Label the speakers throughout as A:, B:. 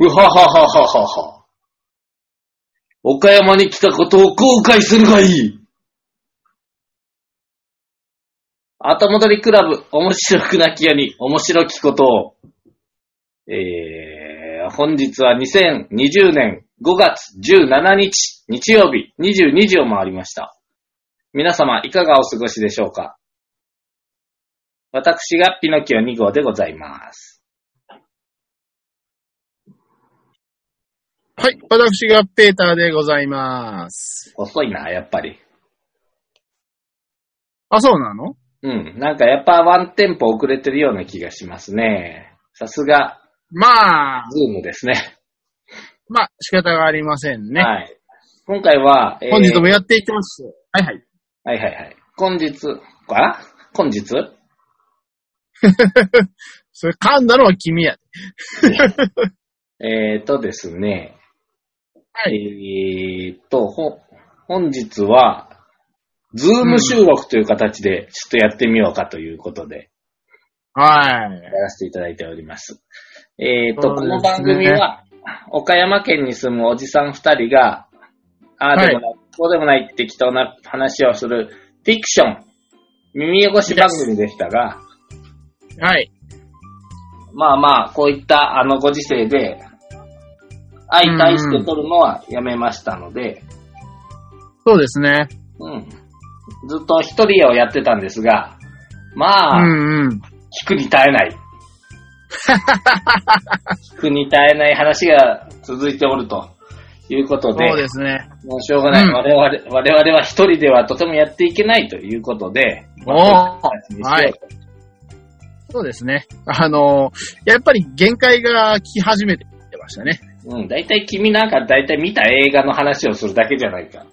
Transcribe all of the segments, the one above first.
A: うはははははは。岡山に来たことを後悔するがいい。後戻りクラブ、面白くなきように、面白きことを。えー、本日は2020年5月17日、日曜日、22時を回りました。皆様、いかがお過ごしでしょうか私がピノキオ2号でございます。
B: はい、私がペーターでございます。
A: 遅いな、やっぱり。
B: あ、そうなの
A: うん。なんかやっぱワンテンポ遅れてるような気がしますね。さすが、
B: まあ、
A: ズームですね。
B: まあ、仕方がありませんね。
A: はい。今回は、えー
B: 本日もやっていきます。はいはい。
A: はいはいはい。今日、あ今日
B: それ噛んだのは君や。
A: えーとですね。。
B: は
A: え
B: い
A: ーと、ほ、本日は、ズーム収録という形で、ちょっとやってみようかということで。
B: はい。
A: やらせていただいております。えっ、と、
B: そ
A: こ
B: うですね
A: の番組は、岡山県に住むおじさん二人が、ああ
B: はい
A: でもない、こうでもない適当な話をする、フィクション、耳汚し番組でしたが、
B: はい。
A: まあまあ、こういったあのご時世で、相対して撮るのはやめましたので、
B: そうですね。
A: うん。ずっと一人をやってたんですが、
B: う
A: まあ、
B: んうん。
A: 聞くに耐え ない。聞くに耐えない話が続いておるということで、
B: そうですね。
A: もうしょうがない。
B: うん
A: 我々我々は一人ではとてもやっていけないということで、
B: おー
A: まあこういう形にしようと
B: そうですね。あの、やっぱり限界が来始めてましたね。
A: うん、大体君なんか大体見た映画の話をするだけじゃないか。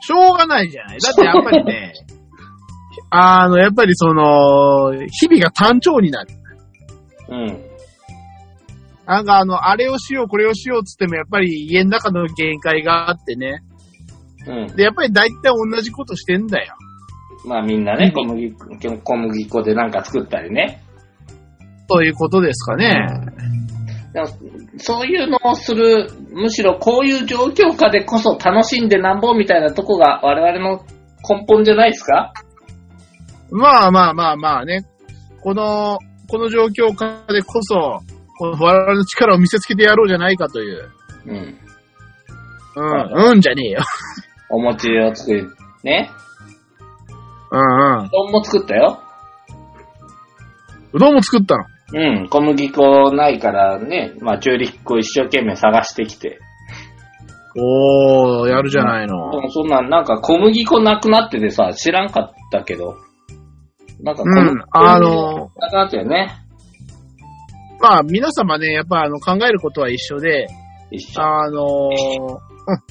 B: しょうがないじゃない。だってやっぱりね、 あの、やっぱりその、日々が単調になる。
A: うん。
B: なんかあの、あれをしよう、これをしようっつっても、やっぱり家の中の限界があってね。
A: うん。
B: で、やっぱり大体同じことしてんだよ。
A: まあみんなね、
B: う
A: 小麦粉小麦粉でなんか作ったりね。
B: ということですかね。
A: でもそういうのをする、むしろこういう状況下でこそ楽しんでなんぼみたいなとこが我々の根本じゃないですか
B: まあまあまあまあね。この、この状況下でこそ、この我々の力を見せつけてやろうじゃないかという。
A: うん。
B: うん、うんじゃねえよ。
A: お餅を作り、ね。
B: うんうん
A: う。どんも作ったよ。
B: うどんも作ったの。
A: うん。小麦粉ないからね、まあ中力を一生懸命探してきて。
B: おー、やるじゃない
A: で
B: の。
A: もそんなん、なんか小麦粉なくなっててさ、知らんかったけど。なんか小
B: う
A: 麦
B: ん、あの、
A: なくなったよね。
B: まあ皆様ね、やっぱあの考えることは一緒で、
A: 一緒。
B: あのーうん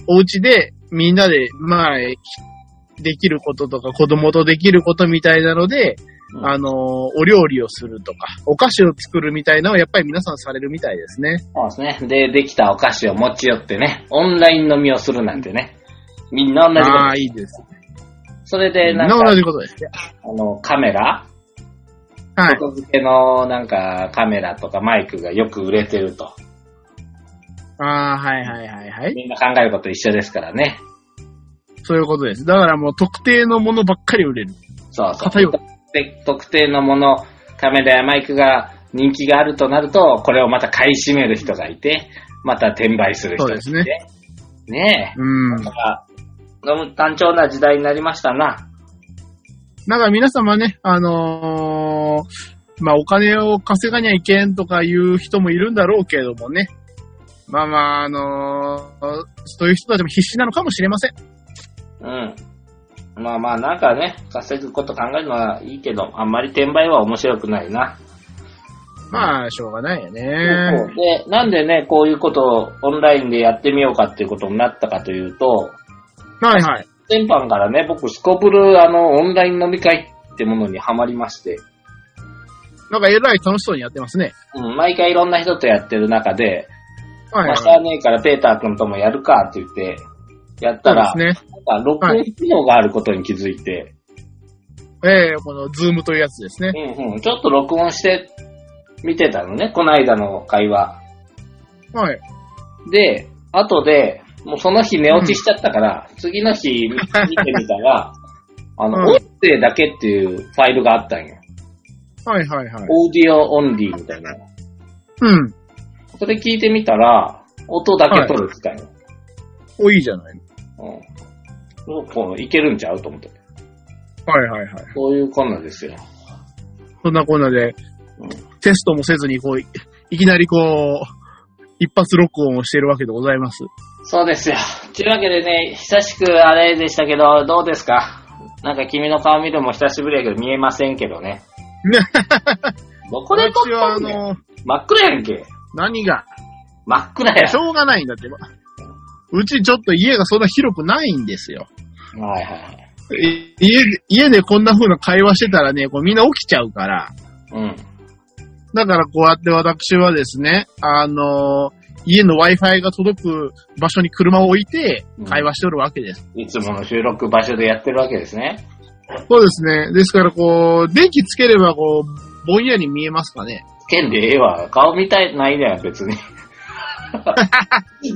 B: お家でみんなで、まあ、できることとか、子供とできることみたいなので、
A: うん
B: あのーお料理をするとか、お菓子を作るみたいなのをやっぱり皆さんされるみたいですね。
A: そうですね。で、できたお菓子を持ち寄ってね、オンライン飲みをするなんてね。みんな同じこと
B: ああ、いいです。
A: それ
B: み
A: で、
B: ん
A: なん
B: な同
A: か、
B: じことです。
A: あの、カメラ
B: はい。
A: 外付けの、なんか、カメラとかマイクがよく売れてると。
B: ああ、はいはいはいはい。
A: みんな考えること一緒ですからね。
B: そういうことです。だからもう特定のものばっかり売れる。
A: そうそう。
B: 偏る
A: で特定のもの、カメラやマイクが人気があるとなると、これをまた買い占める人がいて、また転売する人がいて。
B: そうで
A: ね
B: うん
A: え。だ。から、飲む単調な時代になりましたな。
B: なんか皆様ね、あのーまあお金を稼がにゃいけんとかいう人もいるんだろうけれどもね。まあまあ、あのーそういう人たちも必死なのかもしれません。
A: うん。まあまあ、なんかね、稼ぐこと考えるのはいいけど、あんまり転売は面白くないな。
B: まあ、しょうがないよ
A: そう
B: ね。
A: そうで、なんでね、こういうことをオンラインでやってみようかっていうことになったかというと、
B: はいはい。
A: 先般からね、僕、スコプル、あの、オンライン飲み会ってものにハマりまして、
B: なんかえらい楽しそうにやってますね。
A: うん、毎回いろんな人とやってる中で、
B: は
A: ま
B: い、は
A: あ、
B: い。
A: しゃあねえからペーター君ともやるかって言って、やったら、
B: そうですね。
A: なんか録音機能があることに気づいて、
B: ええこのズームというやつですね。
A: うんうん、ちょっと録音して見てたのね、この間の会話。
B: はい。
A: で、後で、もうその日寝落ちしちゃったから、次の日見てみたら、あの、
B: うん
A: 音声だけっていうファイルがあったんよ。
B: はいはいはい。
A: オーディオオンリーみたいな。
B: うん。
A: それ聞いてみたら、音だけ取る機械よ。
B: お、いいじゃないの。
A: うん。こういけるんちゃうと思って。
B: はいはいはい。
A: そういうこんなんですよ。
B: そんなこんなで
A: うん、
B: テストもせずに、こう、いいきなりこう、一発録音をしてるわけでございます。
A: そうですよ。というわけでね、久しくあれでしたけど、どうですかなんか君の顔見るのも久しぶりやけど見えませんけど ね。どこで撮
B: 私
A: っ
B: は、
A: た
B: あ
A: んねん
B: の、
A: 真っ暗やんけ。
B: 何が、
A: 真っ暗や。
B: しょうがないんだってば。うちちょっと家がそんな広くないんですよ。
A: はいはい。
B: い家で、家でこんな風な会話してたらね、こうみんな起きちゃうから。
A: うん。
B: だからこうやって私はですね、あの家の Wi-Fi が届く場所に車を置いて
A: うん
B: 会話しておるわけです。
A: いつもの収録場所でやってるわけですね。
B: そうですね。ですからこう、電気つければこう、ぼんやり見えますかね。
A: 剣でええわ。顔見たいないだよ、別 に。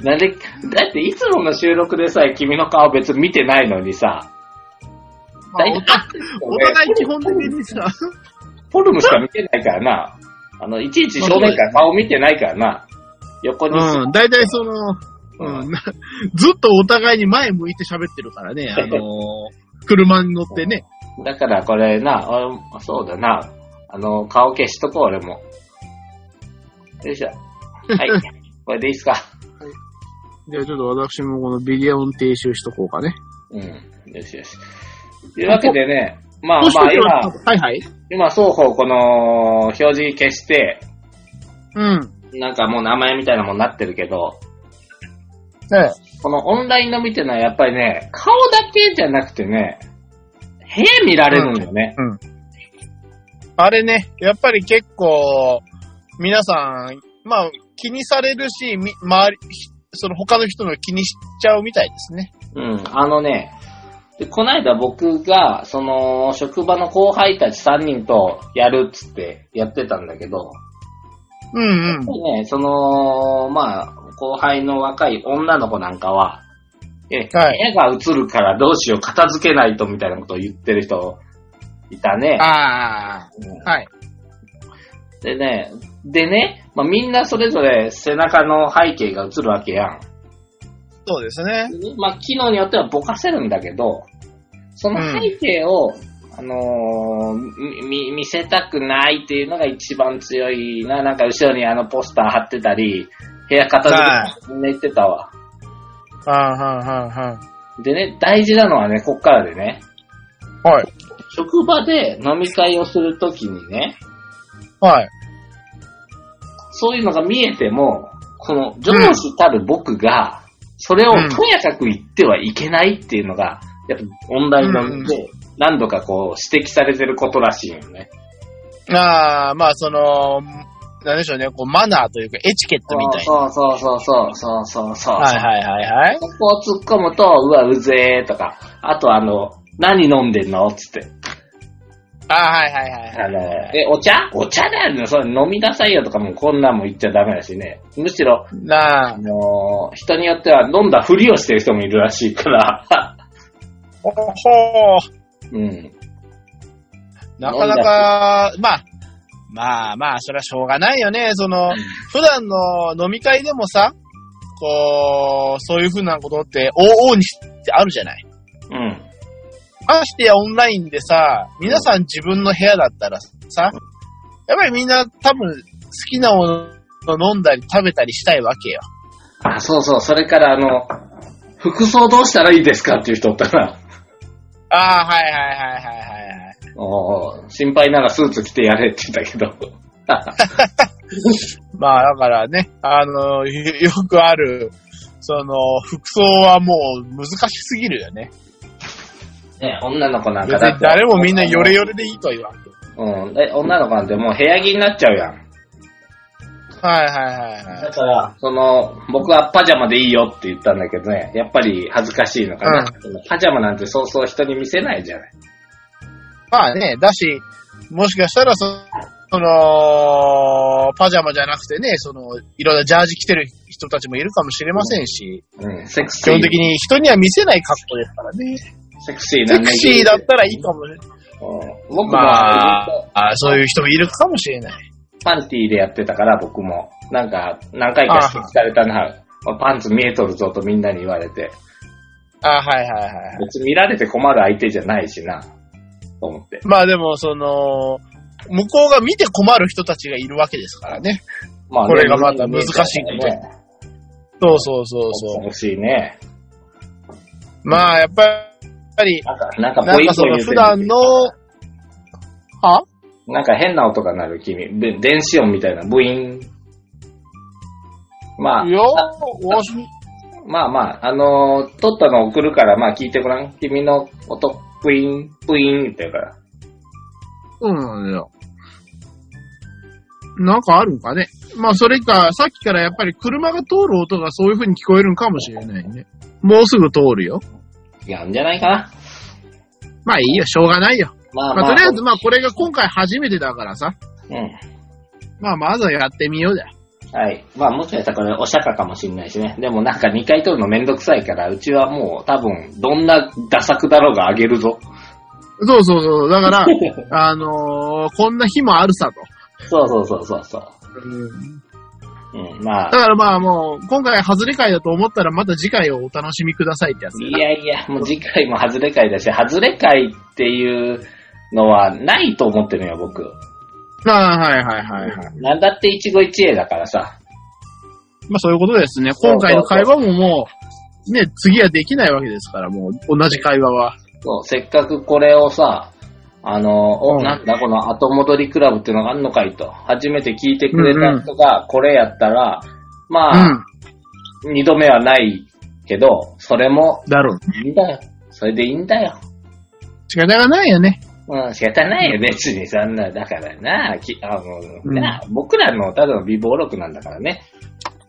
A: なんで、だっていつもの収録でさえ君の顔別に見てないのにさ。
B: まあ
A: 大体
B: お互い基本的にさ、
A: フォルムしか見てないからな。あの、いちいち正面から顔見てないからな。横にす、
B: うん、大体その、うん、な ずっとお互いに前向いて喋ってるか らね、あの車に乗ってね。
A: だからこれな、俺もそうだな。あの、顔消しとこう、俺も。よい しょ。はい。これでいいっすか。
B: じゃあちょっと私もこのビデオン停止しとこうかね。
A: うん。よしよし。というわけでね、 まあ
B: もし
A: ま
B: か
A: あ
B: したら
A: 今、
B: はいはい。
A: 今双方この表示消して、
B: うん。
A: なんかもう名前みたいなもんなってるけど、
B: ええ。
A: このオンラインのみっていうのはやっぱりね、顔だけじゃなくてね、部屋見られるんだよね。
B: あれね、やっぱり結構、皆さん、まあ、気にされるし、み、周り、その他の人の気にしちゃうみたいですね。
A: うん、あのね、でこないだ僕が、その、職場の後輩たち3人とやるっつってやってたんだけど、
B: うんうん。
A: ね、その、まあ、後輩の若い女の子なんかは、え、
B: はい
A: 部屋が映るからどうしよう、片付けないとみたいなことを言ってる人いたね。
B: ああ、はい。
A: でね、でね、まあ、みんなそれぞれ背中の背景が映るわけやん。
B: そうですね。
A: まあ、機能によってはぼかせるんだけど、その背景を、あのーみみ見せたくないっていうのが一番強いな。なんか後ろにあのポスター貼ってたり、部屋片付けてみんな言ってたわ。
B: ああ、はいはい
A: でね、大事なのはね、こっからでね、
B: はい。はい。
A: 職場で飲み会をするときにね、
B: はい。
A: そういうのが見えても、この上司たる僕が、それを
B: うん
A: とやかく言ってはいけないっていうのが、やっぱオンラインなんで、何度かこう指摘されてることらしいよね。
B: ああ、まあ、その、なんでしょうね、こう、マナーというか、エチケットみたいな。
A: そうそうそうそうそうそうそう。
B: はいはいはいはい。
A: ここを突っ込むと、うわ、うぜーとか、あとあの、何飲んでんのつって。
B: ああ、はいはいはいはい。
A: あの、え、お茶お茶だよね。それ飲みなさいよとかも、こんなんも言っちゃダメだしね。むしろ、
B: なあ
A: あ、のー人によっては飲んだふりをしてる人もいるらしいから、
B: ほほー。
A: うん。
B: なかなか、まあ、まあまあ、それはしょうがないよね。その、普段の飲み会でもさ、こう、そういうふうなことって、往々にしてあるじゃない。
A: うん。
B: ましてやオンラインでさ、皆さん自分の部屋だったらさ、やっぱりみんな多分好きなものを飲んだり食べたりしたいわけよ。
A: あ、そうそう、それからあの、服装どうしたらいいですかっていう人おったら、
B: ああ、はいはいはいはいはいはい。
A: おー心配ならスーツ着てやれって言ったけど。
B: まあだからね、あの、よよくある、その、服装はもう難しすぎるよね。
A: ね、女の子なん
B: 別
A: かだっ
B: に
A: て。
B: 誰もみんなヨレヨレでいいとは言わんけど。
A: うん。で女の子なんてもう部屋着になっちゃうやん。
B: はいはいはいは
A: だ
B: い。
A: から、その、僕はパジャマでいいよって言ったんだけどね、やっぱり恥ずかしいのかな。パジャマなんてそうそう人に見せないじゃない。
B: まあね、だし、もしかしたらそ、その、パジャマじゃなくてね、その、いろんなジャージ着てる人たちもいるかもしれませんし、
A: うん、セクシー。
B: 基本的に人には見せない格好ですからね。
A: セクシーな
B: セ
A: ね
B: クシーだったらいいかもしれない。
A: うん僕も、
B: まあ、あそういう人もいるかもしれない。
A: パンティーでやってたから、僕も。なんか、何回か指摘されたな。パンツ見えとるぞとみんなに言われて。
B: あはいはいはい。
A: 別に見られて困る相手じゃないしな。と思って。
B: まあでも、その、向こうが見て困る人たちがいるわけですからね。
A: ま
B: これがまた難しいこと
A: ね。
B: そうそうそうそう。
A: 欲しいね。
B: まあ、やっぱり、
A: なんか、なんか
B: な
A: ポ
B: ん
A: イン
B: か
A: ト
B: そ
A: 言う
B: の
A: て
B: 普
A: る
B: 段の、は
A: なんか変な音が鳴る、君。で電子音みたいな、ブイーン。まあ
B: い、や、わし、
A: まあまあ、あのー撮ったの送るから、まあ聞いてごらん。君の音、ブイーン、ブイーンって言うから。
B: そうなんだよ。なんかあるんかね。まあ、それか、さっきからやっぱり車が通る音がそういう風に聞こえるんかもしれないね。もうすぐ通るよ。
A: やんじゃないかな。
B: まあいいよ、しょうがないよ。
A: まあま
B: ま
A: あ。
B: あ、とりあえず、まあ、これが今回初めてだからさ。
A: う
B: まあ、まずはやってみようだよ。
A: ん。はい。まあ、もしかしたらこれ、お釈迦かもしんないしね。でもなんか2回撮るのめんどくさいから、うちはもう多分、どんな打作だろうがあげるぞ。
B: そうそうそう。だ から、あのーこんな日もあるさと。
A: そうそうそうそうそう。うん、ま
B: だ
A: あ。
B: からまあもう、今回外れ会だと思ったら、また次回をお楽しみくださいってやつだ
A: い
B: な
A: やいや、もう次回も外れ会だし、外れ会っていうのはないと思ってるよ、僕。
B: まあ、はいはいはいはい。
A: なんだって一期一会だからさ。
B: まあそういうことですね。今回の会話ももう、ね、次はできないわけですから、もう同じ会話は。
A: そう、せっかくこれをさ、あの、お
B: うん
A: なんだこの後戻りクラブっていうのがあんのかいと。初めて聞いてくれた人がこれやったら、
B: う
A: まあ、
B: ん。
A: 二度目はないけど、それも
B: だろう。
A: いいんだよ。それでいいんだよ。
B: 仕方がないよね。
A: うん、仕方ないよ、別にそんな。だからな、きあの、
B: うん
A: な僕らのただの美貌録なんだからね。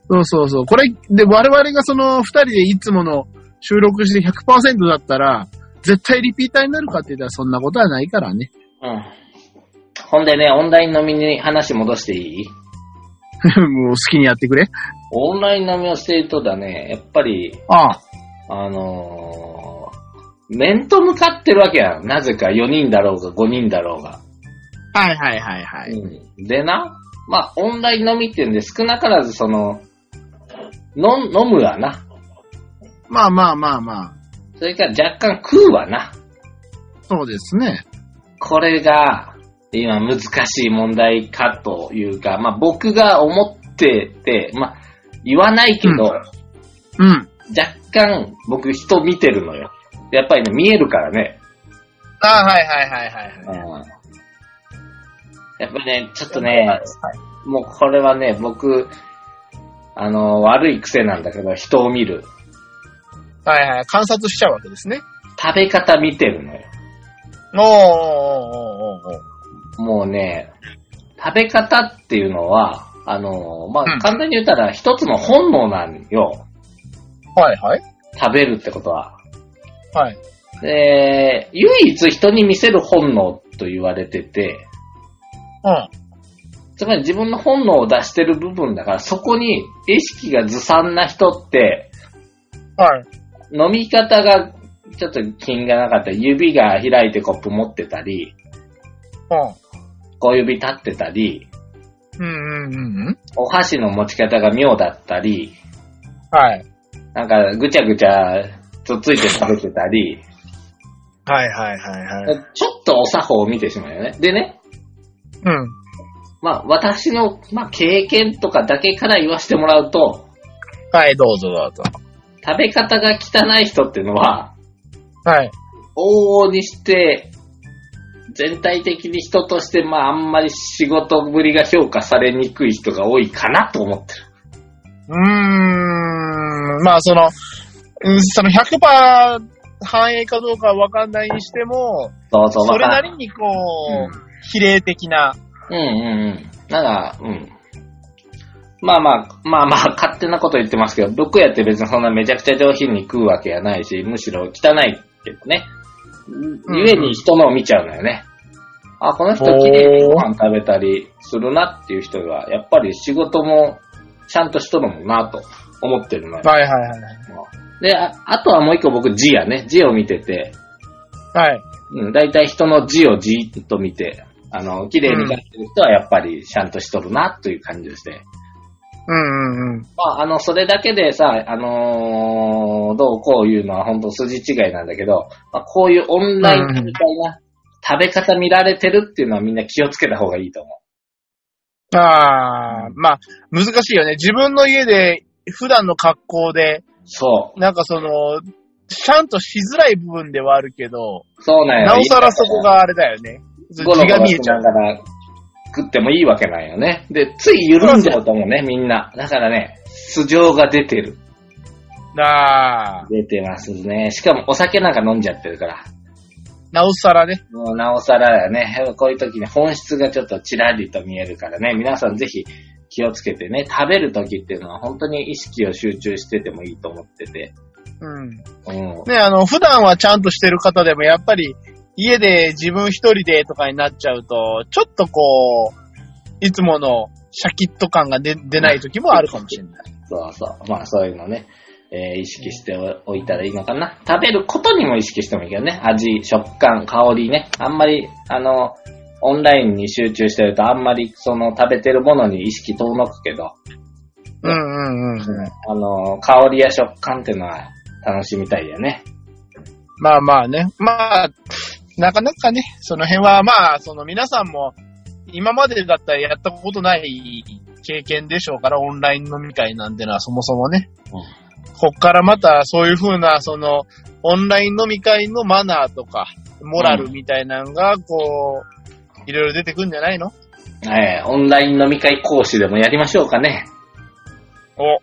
B: そうそうそう。これ、で、我々がその二人でいつもの収録して100%だったら、絶対リピーターになるかって言ったらそんなことはないからね。
A: うん。ほんでね、オンライン飲みに話戻していい
B: もう好きにやってくれ。
A: オンライン飲みをしているとだね、やっぱり、
B: ああ。
A: あのー、面と向かってるわけやん。なぜか4人だろうが5人だろうが。
B: はいはいはいはい。
A: うんでな、まあ、オンライン飲みっていうんで少なからずその、の飲むわな。
B: まあまあまあまあ。
A: それから若干食うわな。
B: そうですね。
A: これが、今難しい問題かというか、まあ、僕が思ってて、まあ、言わないけど、
B: うん
A: 若
B: うん。
A: 干僕人見てるのよ。やっぱりね、見えるからね。
B: ああ、はいはいはいはい。
A: うんやっぱね、ちょっとね、もうこれはね、僕、あの、悪い癖なんだけど、人を見る。
B: はいはい。観察しちゃうわけですね。
A: 食べ方見てるのよ。
B: おーおーおーおーおー
A: もうね、食べ方っていうのは、あの、ま
B: う
A: あ、
B: ん
A: 簡単に言ったら、一つの本能なんよ。
B: はいはい。
A: 食べるってことは。
B: はい。
A: で、唯一人に見せる本能と言われてて、
B: うん。
A: つまり自分の本能を出してる部分だから、そこに意識がずさんな人って、
B: はい。
A: 飲み方がちょっと品がなかったり、指が開いてコップ持ってたり、小指立ってたり、
B: うん。うんうんうんうん。
A: お箸の持ち方が妙だったり、
B: はい。
A: なんかぐちゃぐちゃつっついて食べてたり、
B: はいはいはいはい。
A: ちょっとお作法を見てしまうよね。でね、
B: うん。
A: まあ私の、まあ、経験とかだけから言わせてもらうと、
B: はい、どうぞどうぞ。
A: 食べ方が汚い人っていうのは、
B: はい。
A: 往々にして、全体的に人として、まああんまり仕事ぶりが評価されにくい人が多いかなと思ってる。
B: うーん。まあ、その、うんその100%反映かどうかはわかんないにしても、
A: そうそう、
B: それな
A: わか
B: り
A: る
B: にこう、比例的な。
A: うんうんうん。なんか、うん。まあまあ、まあまあ、 勝手なこと言ってますけど、僕やって別にそんなめちゃくちゃ上品に食うわけやないし、むしろ汚いけどね。
B: ん
A: ゆえに人のを見ちゃうのよね。あ、この人綺麗にご飯食べたりするなっていう人が、やっぱり仕事もちゃんとしとるもんなと思ってるのよ。
B: はいはいはい。
A: で、ああとはもう一個僕字やね。字を見てて、
B: はい。
A: うん、大体人の字をじーっと見て、あの、綺麗に書いてる人はやっぱりちゃんとしとるなという感じでして。
B: うんうんうん。
A: まあ、あの、それだけでさ、あのーどうこういうのは本当筋違いなんだけど、まあ、こういうオンラインみたいな食べ方見られてるっていうのはみんな気をつけた方がいいと思
B: ああ、まあ、難しいよね。自分の家で、普段の格好で、
A: う。そ
B: なんかその、ちゃんとしづらい部分ではあるけど、
A: う。そうなんや。
B: なおさらそこ、があれだよね。字
A: ゴロゴ
B: が
A: ロ
B: 見え
A: し
B: ちゃ
A: な
B: う。
A: がら食ってもいいわけなんよね。で、つい緩んじゃうと思うね、みんな。だからね、素性が出てる。
B: ああ、
A: 出てますね。しかもお酒なんか飲んじゃってるから。
B: なおさらね。
A: もうなおさらだね。こういう時に本質がちょっとちらりと見えるからね。皆さんぜひ気をつけてね。食べる時っていうのは本当に意識を集中しててもいいと思ってて。
B: うん。
A: うん。
B: ね、あの、普段はちゃんとしてる方でも、やっぱり、家で自分一人でとかになっちゃうと、ちょっとこう、いつものシャキッと感が出出ない時もあるかもしれない。
A: そうそう。まあそういうのね。えー意識しておいたらいいのかな。食べることにも意識してもいいけどね。味、食感、香りね。あんまり、あの、オンラインに集中してるとあんまりその食べてるものに意識遠のくけど、
B: うんうんうん。
A: あの、香りや食感っていうのは楽しみたいよね。
B: まあまあね。まあ、なかなかね、その辺はまあ、その皆さんも、今までだったらやったことない経験でしょうから、オンライン飲み会なんてのはそもそもね。
A: うん
B: こっからまたそういう風な、その、オンライン飲み会のマナーとか、モラルみたいなのが、こう、いろいろ出てくんじゃないの
A: えーオンライン飲み会講師でもやりましょうかね。
B: お。やっ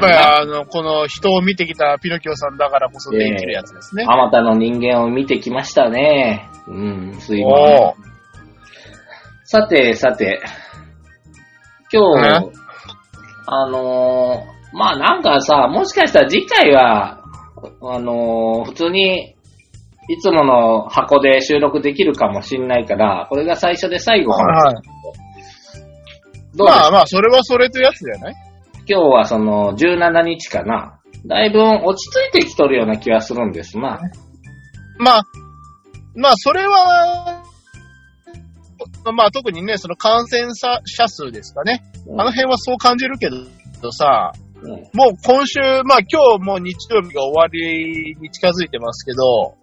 B: ぱりあの、この人を見てきたピノキオさんだからこそできるやつですね。
A: あまたの人間を見てきましたね。うん、すいま
B: おー
A: せん。さて、さて、今
B: う
A: 日、あのーまあなんかさ、もしかしたら次回は、あのー普通に、いつもの箱で収録できるかもしんないから、これが最初で最後かもしれないけど。どうです
B: まあまあ、それはそれというやつじゃない
A: 今日はその17日かな。だいぶ落ち着いてきとるような気はするんですな。
B: まあ、まあ、それは、まあ、特にね、その感染者者数ですかね。あの辺はそう感じるけどさ、
A: うん
B: もう今週、まあ今日もう日曜日が終わりに近づいてますけど、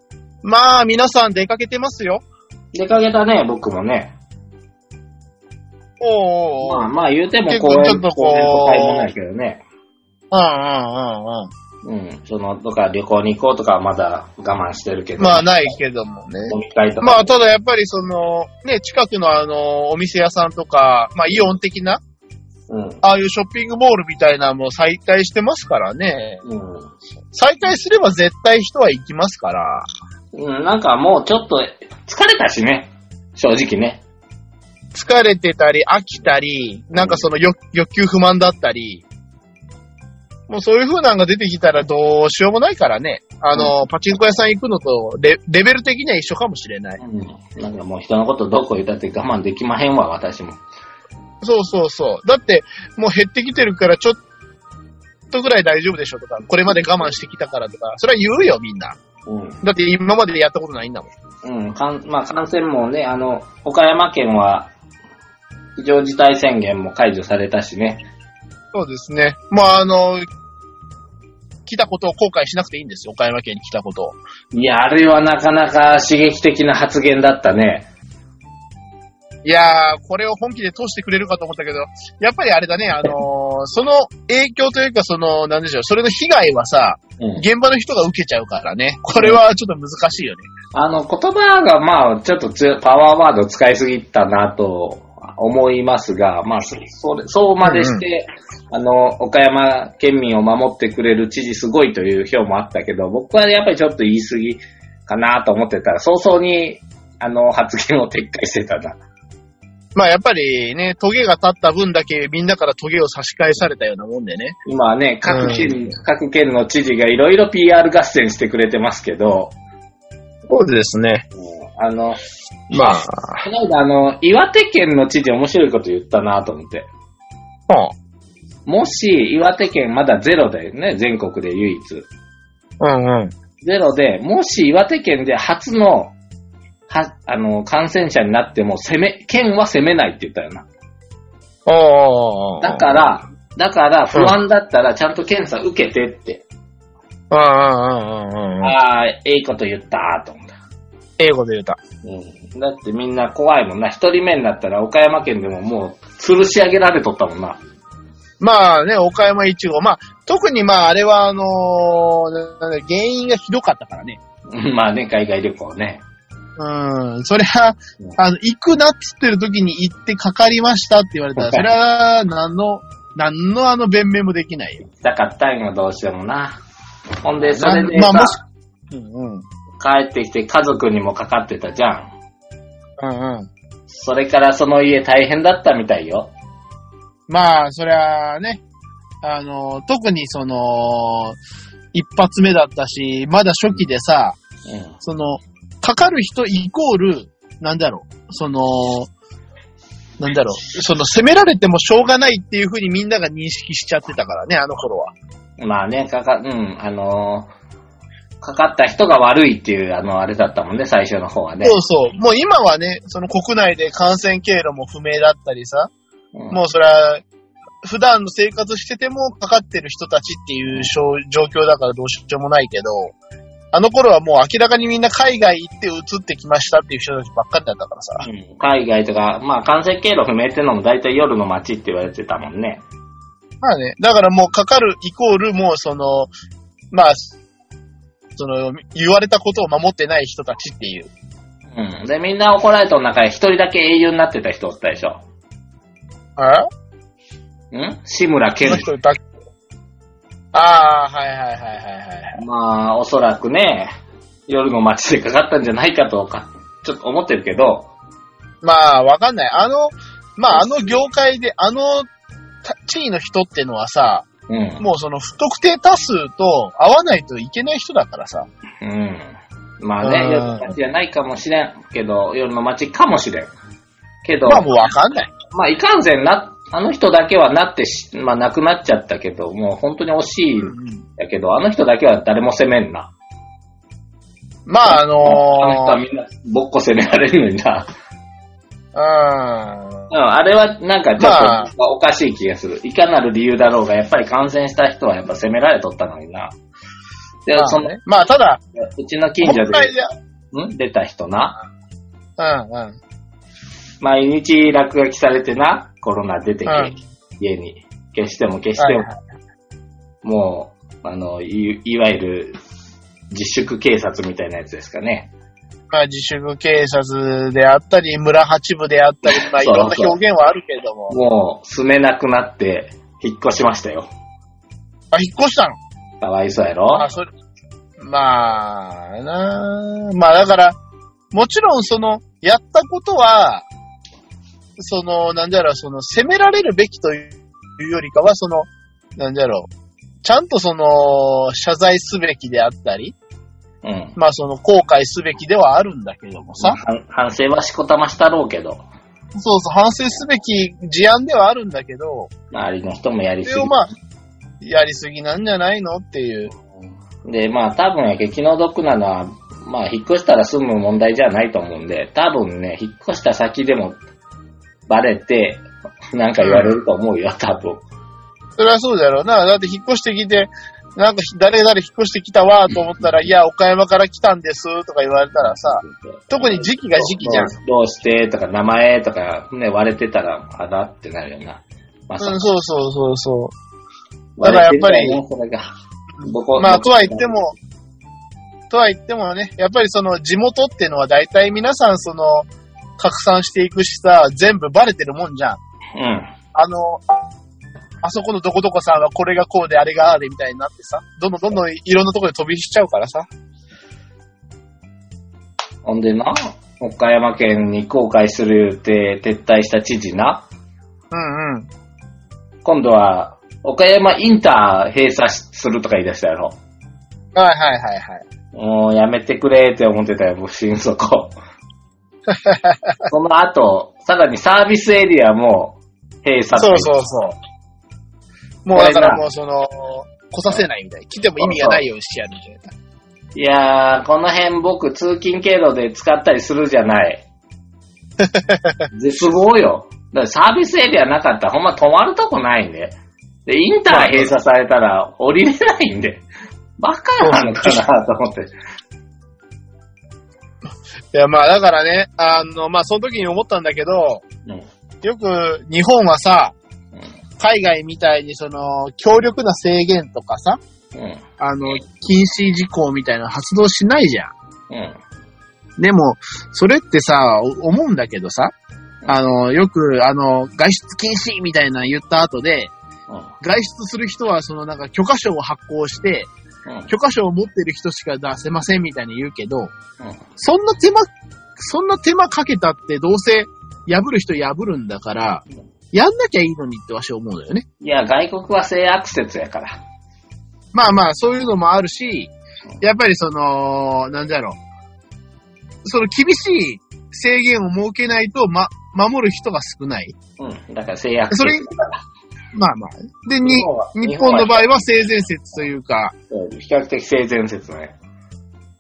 B: まあ皆さん出かけてますよ。
A: 出かけたね、僕もね。
B: おうおうおう
A: まあまあ言うても
B: 結構
A: 公園、
B: ちょっとこう
A: 公園と買い物やけどね。
B: うんうんう
A: う
B: んう
A: ん。その、とか旅行に行こうとかはまだ我慢してるけど。
B: ん。まあないけどもね。
A: 飲み会とか。
B: まあただやっぱりその、ね、近くのあの、お店屋さんとか、まあイオン的な、
A: うん。
B: ああいうショッピングモールみたいなのも再開してますからね。
A: うん。
B: 再開すれば絶対人は行きますから。
A: うん、なんかもうちょっと疲れたしね。正直ね。
B: 疲れてたり、飽きたり、なんかその欲欲求不満だったり、もうそういう風なのが出てきたらどうしようもないからね。あの、パチンコ屋さん行くのとレ、レベル的には一緒かもしれない。
A: うん。なんかもう人のことどこ言ったって我慢できまへんわ、私も。
B: そうそうそう。だって、もう減ってきてるからちょっとぐらい大丈夫でしょとか、これまで我慢してきたからとか、それは言うよみんな。
A: うん。
B: だって今までやったことないんだもん。
A: うん、かんまあ、感染もね、あの、岡山県は、非常事態宣言も解除されたしね。
B: そうですね。まああの、来たことを後悔しなくていいんですよ。岡山県に来たことを。
A: いや、あれはなかなか刺激的な発言だったね。
B: いやー、これを本気で通してくれるかと思ったけど、やっぱりあれだね、あのーその影響というか、その、なんでしょう、それの被害はさ、
A: うん。
B: 現場の人が受けちゃうからね。これはちょっと難しいよね。
A: あの、言葉が、まあ、ちょっと強いパワーワード使いすぎたなと思いますが、まあ、そそれそうまでして、あの、岡山県民を守ってくれる知事すごいという票もあったけど、僕はやっぱりちょっと言い過ぎかなと思ってたら、早々に、あの、発言を撤回してたな。
B: まあやっぱりね、トゲが立った分だけみんなからトゲを差し返されたようなもんでね。
A: 今はね、各県、
B: うん
A: 各県の知事がいろいろ PR 合戦してくれてますけど、
B: そうですね。
A: あの、
B: まあ、
A: この間、あの、岩手県の知事面白いこと言ったなと思って。もし、岩手県まだゼロだよね、全国で唯一。
B: うん、うんうん。
A: ゼロで、もし岩手県で初の、は、あの、感染者になっても、攻め、県は攻めないって言ったよな。
B: おー。
A: だか、ら、だから、不安だったら、ちゃんと検査受けてって。
B: うんうんうんうんうん。
A: ああ、ええこと言ったーと思った。
B: 英語で言うた。
A: うん。だってみんな怖いもんな。一人目になったら、岡山県でももう、吊るし上げられとったもんな。
B: まあね、岡山一号。まあ、特にまあ、あれはあのーなんだ原因がひどかったからね。
A: うんまあね、海外旅行ね。
B: うん、それは、あの、行くなっつってる時に行ってかかりましたって言われたら、それは、何の、何のあの弁明もできないよ。
A: だかったんよ、どうしてもな。ほんで、それで
B: ま
A: さ、
B: あもしうんうん。
A: 帰ってきて家族にもかかってたじゃん。
B: うんうん。
A: それからその家大変だったみたいよ。
B: まあ、それはね、あのー特にその、一発目だったし、まだ初期でさ、
A: うん。
B: その、かかる人イコール、なんだろう、その、なんだろう、その、責められてもしょうがないっていうふうにみんなが認識しちゃってたからね、あの頃は。
A: まあね、かか、うん、あのーかかった人が悪いっていう、あの、あれだったもんね、最初の方はね。
B: そうそう。もう今はね、その国内で感染経路も不明だったりさ、
A: うん
B: もうそれは、普段の生活しててもかかってる人たちっていう症状況だからどうしようもないけど、あの頃はもう明らかにみんな海外行って移ってきましたっていう人たちばっかりだったからさ。
A: うん海外とか、まあ感染経路不明ってのも大体夜の街って言われてたもんね。
B: まあね、だからもうかかるイコールもうその、まあ、その、言われたことを守ってない人たちっていう。
A: うん。で、みんな怒られた中で一人だけ英雄になってた人おったでしょ。
B: あ
A: ん志村
B: こ
A: けん
B: の。人だけ。ああ、はいはいはいはいはい。
A: まあ、おそらくね、夜の街でかかったんじゃないかとか、ちょっと思ってるけど、
B: まあ、わかんない。あの、まああの業界で、あのた地位の人ってのはさ、
A: うん。
B: もうその不特定多数と会わないといけない人だからさ。
A: うん。まあ
B: う
A: ね、
B: ん
A: 夜の街じゃないかもしれんけど、夜の街かもしれん。けど、
B: まあもうわかんない。
A: まあ、いかんせんな、あの人だけはなってし、まあ、亡くなっちゃったけど、もう本当に惜しいんだけど、あの人だけは誰も責めんな。
B: まああの
A: あの人はみんな、ぼっこ責められるのにな。
B: ー、うん。
A: うん、あれはなんかちょ
B: ま
A: っ
B: あ
A: とおかしい気がする。いかなる理由だろうが、やっぱり感染した人はやっぱ責められとったのにな。で、
B: まあ
A: その、
B: ねまあただ、
A: うちの近
B: 今
A: 所
B: 回
A: で、
B: で、
A: ん出た人な。
B: うんうん。
A: 毎日落書きされてな、コロナ出てき、
B: うん
A: 家に。消しても消しても、
B: はいは
A: もう、あの、いいわゆる、自粛警察みたいなやつですかね。
B: まあ、自粛警察であったり、村八部であっ たり、まあ、い
A: そう
B: ろんな表現はあるけれども、
A: もう、住めなくなって、引っ越しましたよ。
B: あ、引っ越したの
A: かわいそうやろ
B: あ、それ、まあ、なあまあ、だから、もちろん、その、やったことは、その、なんだろう、その、責められるべきというよりかは、その、なんだろう、ちゃんとその、謝罪すべきであったり、
A: うん。
B: まあ、その、後悔すべきではあるんだけどもさ、
A: 反反省はしこたましたろうけど。
B: そうそう、反省すべき事案ではあるんだけど、
A: 周りの人もやり
B: そ
A: す
B: れを
A: ぎ。
B: まあ、やりすぎなんじゃないのっていう。
A: で、まあ多分やけど気の毒なのは、まあ引っ越したら済む問題じゃないと思うんで、多分ね、引っ越した先でもバレて、なんか言われると思うよ、多分。
B: それはそうだろうな。だって引っ越してきて、なんか誰々引っ越してきたわと思ったら、いや、岡山から来たんですとか言われたらさ、特に時期が時期じゃん。
A: どうどうしてとか名前とかね、割れてたら、あだってなるよな。まあ、
B: うん、そうそうそうそだ
A: 割
B: からやっ
A: れて
B: ぱ
A: た
B: り
A: よね、それが。
B: う。まあ、とは言っても、とは言ってもね、やっぱりその地元っていうのは大体皆さんその、拡散していくしさ、全部バレてるもんじゃん。
A: うん。
B: あの、あそこのどこどこさんはこれがこうであれがああでみたいになってさ、どんどんどんどんいろんなところで飛び火しちゃうからさ。
A: ほんでな、岡山県に後悔するって撤退した知事な、
B: うんうん。
A: 今度は、岡山インター閉鎖しするとか言い出したやろ。
B: はいはいはいはい。
A: もうやめてくれって思ってたよ、僕心底。その後、さらにサービスエリアも閉鎖
B: そうそうそう。もうだからもうその、来させないみたいな。来ても意味がないようにしてやるみたいな。
A: いやー、この辺僕通勤経路で使ったりするじゃない。絶望よ。だからサービスエリアなかったらほんま止まるとこないんで。で、インター閉鎖されたら降りれないんで。バカなのかなと思って。
B: いやまあだからね、あの、まあその時に思ったんだけど、
A: うん
B: よく日本はさ
A: うん、
B: 海外みたいにその、強力な制限とかさ、
A: うん。
B: あの、禁止事項みたいなの発動しないじゃん。
A: うん。
B: でも、それってさ、お思うんだけどさ、あの、よく、あの、外出禁止みたいなの言った後で、
A: う
B: 外出する人は、そのなんか許可証を発行して、
A: ん。うん
B: 許可証を持ってる人しか出せませんみたいに言うけど、
A: うん
B: そんな手間、そんな手間かけたってどうせ破る人破るんだから、やんなきゃいいのにってわしは思うのよね。
A: いや、外国は性アクセスやから。
B: まあまあ、そういうのもあるし、やっぱりその、なんだろう。その厳しい制限を設けないと、ま、守る人が少ない。
A: うん。だから性アクセ
B: それ
A: スだから。
B: まあまあ。で、に
A: 日本は、
B: 日本の場合は性善説というか、
A: うん比較的性善説ね。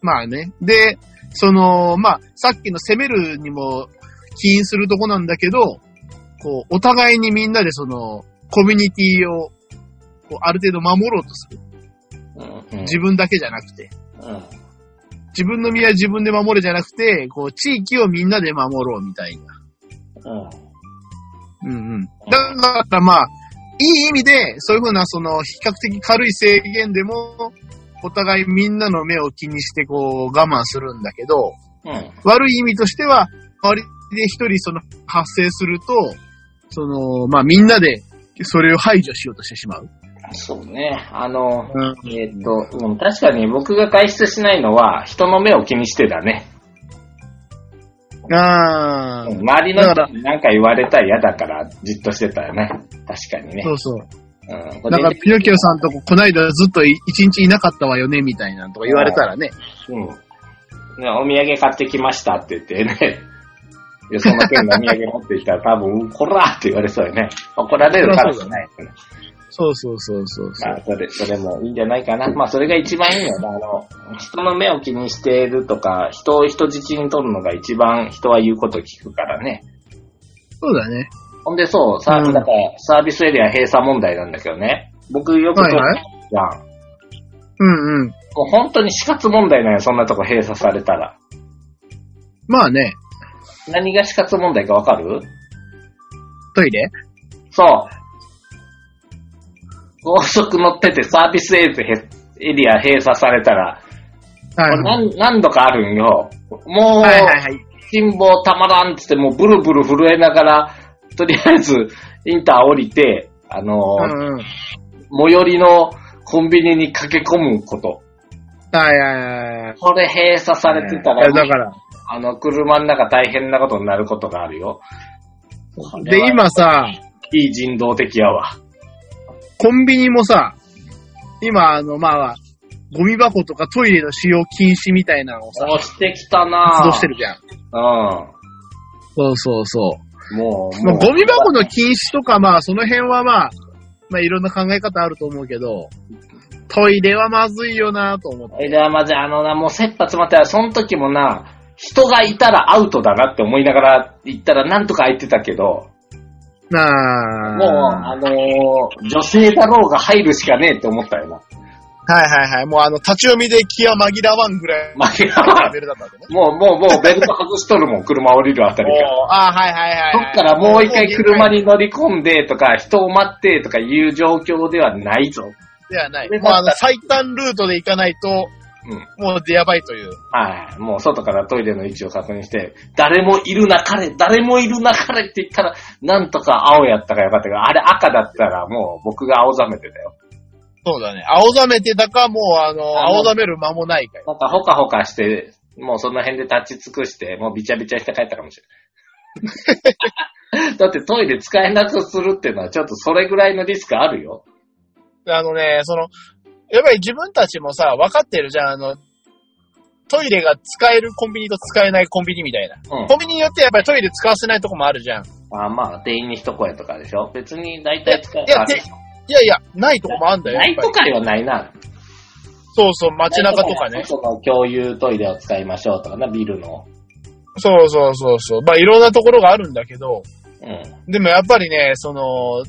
B: まあね。で、その、まあ、さっきの攻めるにも起因するとこなんだけど、こう、お互いにみんなでその、コミュニティを、こう、ある程度守ろうとする。
A: うん。うん
B: 自分だけじゃなくて。
A: うん。
B: 自分の身は自分で守るじゃなくて、こう、地域をみんなで守ろうみたいな。
A: うん。
B: うんうん。だからまあ、いい意味で、そういうふうな、その、比較的軽い制限でも、お互いみんなの目を気にして、こう、我慢するんだけど、
A: うん。
B: 悪い意味としては、周りで一人その発生すると、その、まあみんなでそれを排除しようとしてしまう。
A: そうね。あの、
B: うん
A: えーっと、うん確かに僕が外出しないのは、人の目を気にしてだね。
B: ああ、
A: うん周りの人に何か言われたら嫌だから、じっとしてたよね。確かにね
B: そ。うそう。
A: うん、
B: なんかピノキオさんとここないだずっとい一日いなかったわよね、みたいなのとか言われたらね。
A: うん。ねお土産買ってきましたって言ってね。 いや、その件のお土産持ってきたら多分、こらーって言われそうよね。怒られるからじゃない。
B: そうそうそうそうそう。
A: まあ、それ、それもいいんじゃないかな。まあ、それが一番いいんだよな。あの、人の目を気にしているとか、人を人質に取るのが一番人は言うこと聞くからね。
B: そうだね。
A: ほんで、そう、サー
B: うん
A: だからサービスエリア閉鎖問題なんだけどね。僕よく
B: はいはい
A: 通るじゃん。
B: うんうん。
A: もう本当に死活問題なんよ、そんなとこ閉鎖されたら。
B: まあね、
A: 何が死活問題かわかる
B: トイレ
A: そう。高速乗っててサービスエリア閉鎖されたら、
B: はい
A: これ何何度かあるんよ。もう、
B: はいはいはい。
A: 辛抱たまらんっつって、もうブルブル震えながら、とりあえず、インター降りて、あの
B: う
A: ー
B: んうん。
A: 最寄りのコンビニに駆け込むこと。
B: はいはいはい。
A: これ閉鎖されてた
B: いや
A: ら、
B: だから。
A: あの、車の中大変なことになることがあるよ。
B: で、今さ、
A: いい人道的やわ。
B: コンビニもさ、今、あの、まあ、ゴミ箱とかトイレの使用禁止みたいなのをさ、
A: 押してきたな
B: 発
A: ぁ。
B: 動してるじゃん。
A: うん。
B: そうそうそ
A: もう、
B: まあ、
A: もう
B: ゴミ箱の禁止とか、まあ、その辺はまあ、まあ、いろんな考え方あると思うけど、トイレはまずいよなと思って。
A: え、じゃあまずあのな、もう切羽詰まったら、その時もな、人がいたらアウトだなって思いながら行ったらなんとか空いてたけど、
B: な
A: もう、
B: あ
A: あのー女性だろうが入るしかねえって思ったよな。
B: はいはいはい。もうあの、立ち読みで気は紛らわんぐらい
A: まあいや
B: のレベルだったわけね。
A: もう、もう、もうベルト外しと るもん、車降りるあたりから。
B: おーああ、はいはいはい
A: そ
B: はい。
A: っからもう一回車
B: に。
A: に乗り込んでとか、人を待ってとかいう状況ではないぞ。
B: ではない。
A: で
B: もうあの、最短ルートで行かないと、
A: うん。
B: もうやばいという。
A: はい。もう外からトイレの位置を確認して、誰もいるな彼、誰もいるな彼って言ったら、なんとか青やったからよかったけど、あれ赤だったらもう僕が青ざめてたよ。
B: そうだね。青ざめてたか、もうあの、
A: あの
B: 青ざめる間もないかよ。
A: なんかほかほかして、もうその辺で立ち尽くして、もうびちゃびちゃして帰ったかもしれ ない。だってトイレ使えなくするっていうのはちょっとそれぐらいのリスクあるよ。
B: あのね、その、やっぱり自分たちもさ、分かってるじゃん、あの、トイレが使えるコンビニと使えないコンビニみたいな。
A: うん
B: コンビニによってやっぱりトイレ使わせないとこもあるじゃん。い
A: あまあ、店員に一声とかでしょ別に大体使う。
B: いや
A: あ
B: てやいや、ないとこもあるんだよ。
A: ないと
B: やっぱ
A: かよ、ないな。
B: りそうそう、街中とかね。
A: その共有トイレを使いましょうとかな、ビルの。
B: そうそうそうそう。まあいろんなところがあるんだけど、
A: うん。
B: でもやっぱりね、その、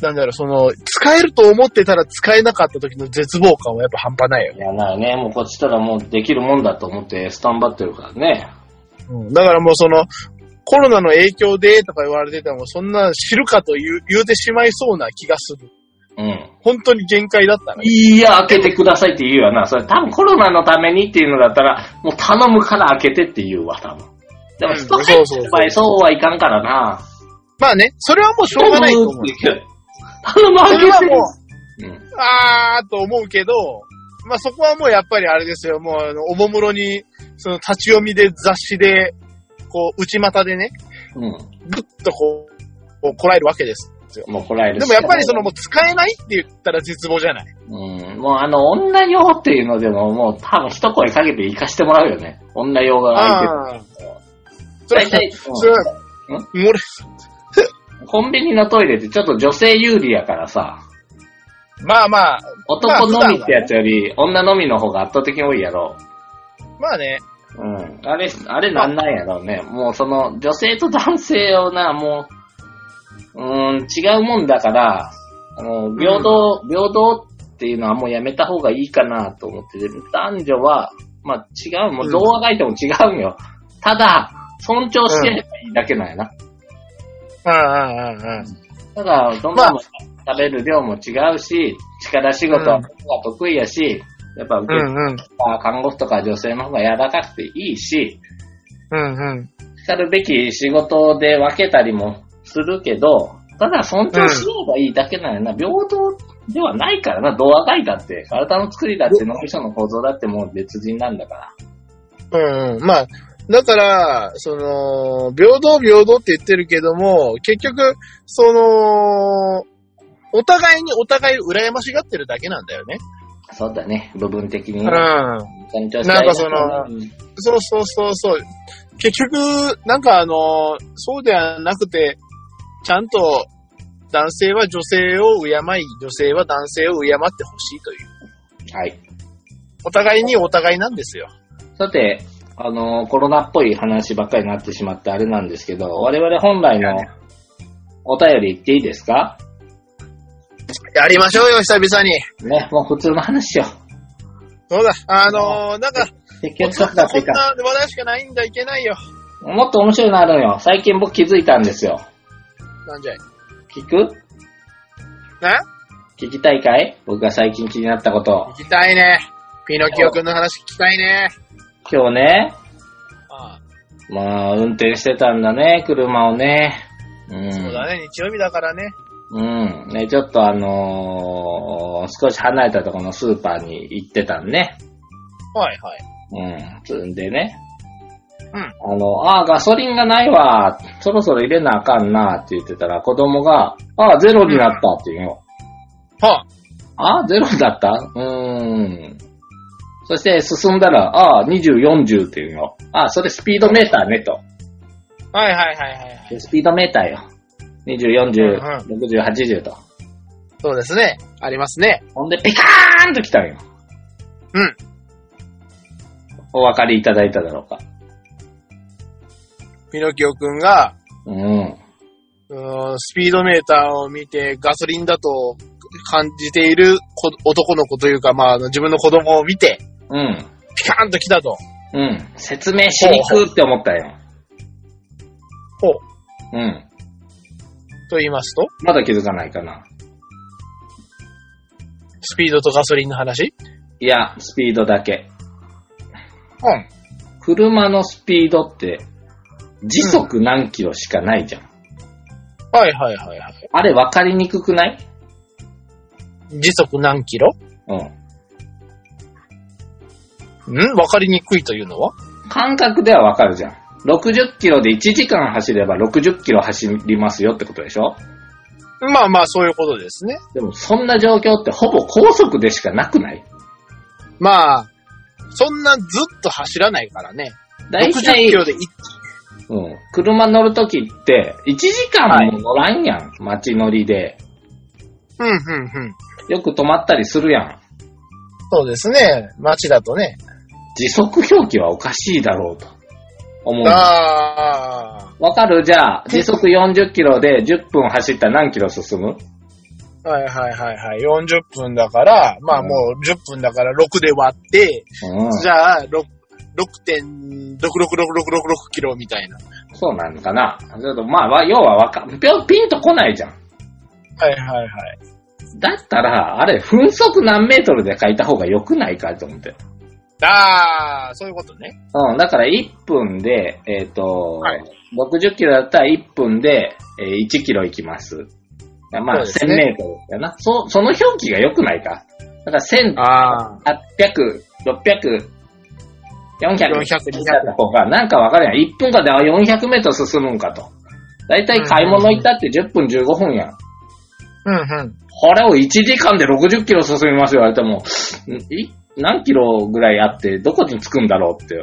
B: なんだろう、その、使えると思ってたら使えなかった時の絶望感はやっぱ半端ないよ
A: い
B: ね。
A: や、ないね。もうこっちたらもうできるもんだと思ってスタンバってるからね。
B: うん、だからもうその、コロナの影響でとか言われてたもそんな知るかと言う言うてしまいそうな気がする。
A: うん。
B: 本当に限界だったね。
A: いや、開けてくださいって言うよな。それ多分コロナのためにっていうのだったら、もう頼むから開けてって言うわ、多分。でも、
B: うん
A: 人入ってる場合、そうはいかんからな。
B: まあね、それはもうしょうがないと思う。
A: 頼む
B: そ
A: 開
B: れ
A: け
B: は
A: て
B: もう、
A: うん。
B: あーと思うけど、まあそこはもうやっぱりあれですよ、もうあのおもむろに、その立ち読みで雑誌で、こう内股でね、
A: うん。
B: ぐっとこう、こうこらえるわけです。
A: もうこらえるし
B: でも
A: か
B: や
A: ない
B: っぱりそのもう使えないって言ったら絶望じゃない。
A: うん。もうあの、女用っていうのでも、もう多分一声かけて行かしてもらうよね。女用が開
B: ああ。それ
A: けて
B: は
A: る。大、体、
B: それは、
A: う
B: 俺、
A: んコンビニのトイレってちょっと女性有利やからさ、
B: まあまあ、
A: 男のみってやつより、女のみの方が圧倒的に多いやろ。
B: まあね、
A: うん。あれ、あれなんなんやろうね。もうその、女性と男性をな、もう、うーん、違うもんだから、あの、平等、平等っていうのはもうやめた方がいいかなと思ってて、男女は、まあ違う、もうどうあがいても違うんよ。ただ、尊重してればいいだけなんやな。
B: うんうんうんうん。
A: だから、どんどん食べる量も違うし、力仕事は僕が得意やし、やっぱ受け
B: うんうん。
A: まあ看護婦とか女性の方が柔らかくていいし、
B: うんうん。
A: しかるべき仕事で分けたりもするけど、ただ尊重しようがいいだけなのよな、平等ではないからな、同和外だって、体の作りだって、脳みその構造だってもう別人なんだから。
B: うんうん。まあ、だから、その、平等平等って言ってるけども、結局、その、お互いにお互いを羨ましがってるだけなんだよね。
A: そうだね、部分的
B: う
A: に。
B: ん。
A: 尊重し
B: な
A: た
B: ん
A: い
B: かその
A: うん
B: そうそうそうそう。結局、なんかあの、そうではなくて、ちゃんと男性は女性を敬い、女性は男性を敬ってほしいという。
A: はい。
B: お互いにお互いなんですよ。
A: さて、あのコロナっぽい話ばっかりになってしまってあれなんですけど、我々本来のお便り言っていいですか
B: やりましょうよ、久々に。
A: ね、もう普通の話 よ。
B: そうだ、あのなんか、
A: 結
B: こん
A: 局そうだ
B: な
A: っていうか。
B: 話題しかないんだ、いけないよ。
A: もっと面白いのあるのよ。最近僕気づいたんですよ。
B: なんじゃい。
A: 聞く
B: な
A: 聞きたいかい僕が最近気になったこと
B: 行。きたいね。ピノキオくんの話聞きたいね。
A: 今日ね、
B: ああ
A: まあ、運転してたんだね、車をね。うん。
B: そうだね、日曜日だからね。
A: うん。ね、ちょっとあのー少し離れたところのスーパーに行ってたんね。
B: はいは
A: う
B: い。
A: ん。そんでね。
B: うん。
A: あの、ああ、ガソリンがないわ。そろそろ入れなあかんなって言ってたら、子供が、ああ、ゼロになったって言うよ。
B: はあ。
A: あゼロだったうーん。そして進んだら、ああ、20、40っていうの。ああ、それスピードメーターねと。
B: はいはいはいはいはい。
A: スピードメーターよ。20、40、60、80と。
B: そうですね。ありますね。
A: ほんで、ピカーンと来たんよ。
B: うん。
A: お分かりいただいただろうか。
B: ピノキオくんが、
A: うん。
B: うーんスピードメーターを見てガソリンだと感じている子男の子というか、まあ、あの自分の子供を見て、
A: うん。
B: ピカーンと来たと。
A: うん。説明しにくって思ったんよ。
B: ほう。
A: うん。
B: と言いますと、
A: まだ気づかないかな。
B: スピードとガソリンの話
A: いや、スピードだけ。
B: うん。
A: 車のスピードって、時速何キロしかないじゃん
B: はいはいはいはい。
A: あれ分かりにくくない
B: 時速何キロ
A: うん。
B: んわかりにくいというのは
A: 感覚では分かるじゃん。60キロで1時間走れば60キロ走りますよってことでしょ
B: まあまあ、そういうことですね。
A: でもそんな状況ってほぼ高速でしかなくない
B: まあ、そんなずっと走らないからね。
A: 大
B: 60
A: 体
B: キ、ロでい、
A: うん、車乗るときって、1時間も乗らんやん、街乗りで。
B: うん、うん、うん。
A: よく止まったりするやん。
B: そうですね。街だとね。
A: 時速表記はおかしいだろうと思う。
B: ああ
A: わかるじゃあ、時速40キロで10分走ったら何キロ進む
B: ー。はいはいはいはい。40分だから、まあもう10分だから6で割って、
A: うん。
B: じゃあ、6 6.666666キロみたいな。
A: そうなのかな。ちょっとまあわ、要はわか、ぴょピンとこないじゃん。
B: はいはいはい。
A: だったら、あれ、分速何メートルで書いた方が良くないかと思って。
B: ああ、そういうことね。
A: うん、だから1分で、えっ、と、
B: はい
A: 60キロだったら1分で、えー1キロ行きます。まあ、1000
B: そうですね
A: メートルだな。そ、その表記が良くないか。だから1000、
B: ああ。
A: 800、600、400、
B: 400
A: 200とか、なんかわかるやん。1分間であ400メートル進むんかと。だいたい買い物行ったって10分15分やん。
B: うんうん。
A: これを1時間で60キロ進みますよ、言われても、んい何キロぐらいあって、どこに着くんだろうって。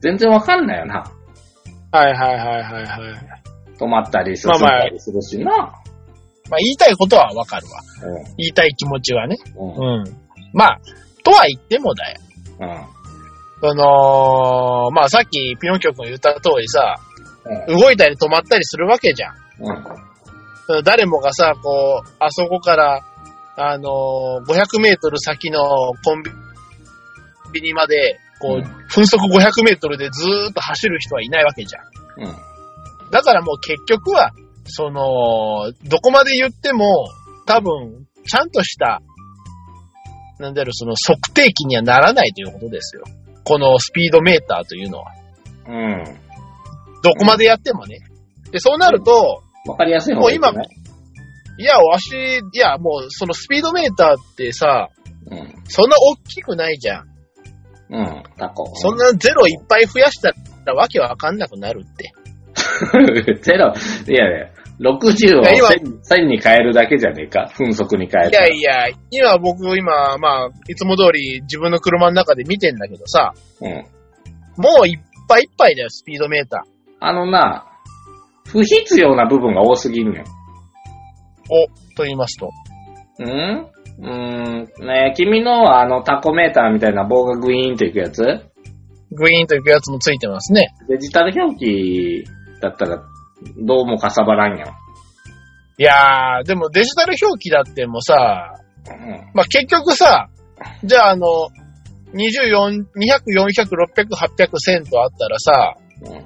A: 全然わかんないよな。
B: はいはいはいはいはい。
A: 止まったり進んだりするしな。
B: まあ言いたいことはわかるわ。言いたい気持ちはね。
A: うん。うん。
B: うん。まあ、とは言ってもだよ。
A: うん。
B: その、まあさっきピノンキョ君言った通りさ、
A: う
B: 動いたり止まったりするわけじゃん。
A: ん。うん。
B: 誰もがさ、こう、あそこから、あのー500メートル先のコンビニまで、こ
A: う
B: う、
A: ん
B: 分速500メートルでずーっと走る人はいないわけじゃ
A: う
B: ん。
A: ん。
B: だからもう結局は、その、どこまで言っても、多分、ちゃんとした、なんだろう、その測定器にはならないということですよ。このスピードメーターというのは。
A: うん。
B: どこまでやってもね。で、そうなると、
A: わかりやすい方がいい、ね。
B: もいや、わし、いや、もう、そのスピードメーターってさ、
A: うん。
B: そんな大きくないじゃん。
A: うん。タコ。
B: そんなゼロいっぱい増やしたらわけわかんなくなるって。
A: ゼロ、いやいや、60を
B: いや今
A: 1000 1000に変えるだけじゃねえか。分速に変え
B: いや
A: る。
B: いや、今僕今、まあ、いつも通り自分の車の中で見てんだけどさ、
A: うん。
B: もういっぱいいっぱいだよ、スピードメーター。
A: あのな、不必要な部分が多すぎんねん。
B: と言いますと。
A: うんうーん。ねえ君のはあのタコメーターみたいな棒がグイーンといくやつ
B: グイーンと行くやつもついてますね。
A: デジタル表記だったらどうもかさばらんやん。
B: いやー、でもデジタル表記だってもうさ、
A: うん
B: まあ、結局さ、じゃああの、24、200、400、600、800、1000とあったらさ、
A: うん。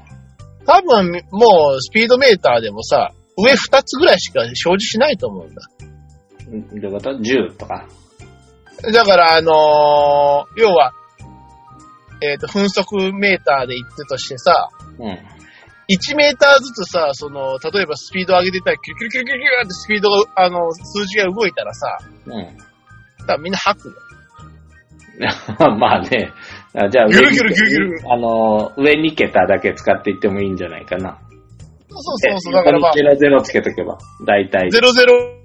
B: 多分もうスピードメーターでもさ、上2つぐらいしか表示しないと思うんだ。
A: んどういうこと ?10 とか。
B: だからあのー要は、えっ、と、分速メーターで言ってとしてさ、
A: うん。
B: 1メーターずつさ、その、例えばスピード上げてたら、キュルキュルキュルキュルってスピードが、あの、数字が動いたらさ、
A: うん。
B: 多分みんな吐くよ。
A: まあね。あじゃあ
B: ギュ
A: 上
B: ル
A: に
B: ギュルギュルギュル
A: あの、上2桁だけ使っていってもいいんじゃないかな。
B: そうそうそう、だからまあ、
A: ゼロゼロつけとけば。大体。
B: 00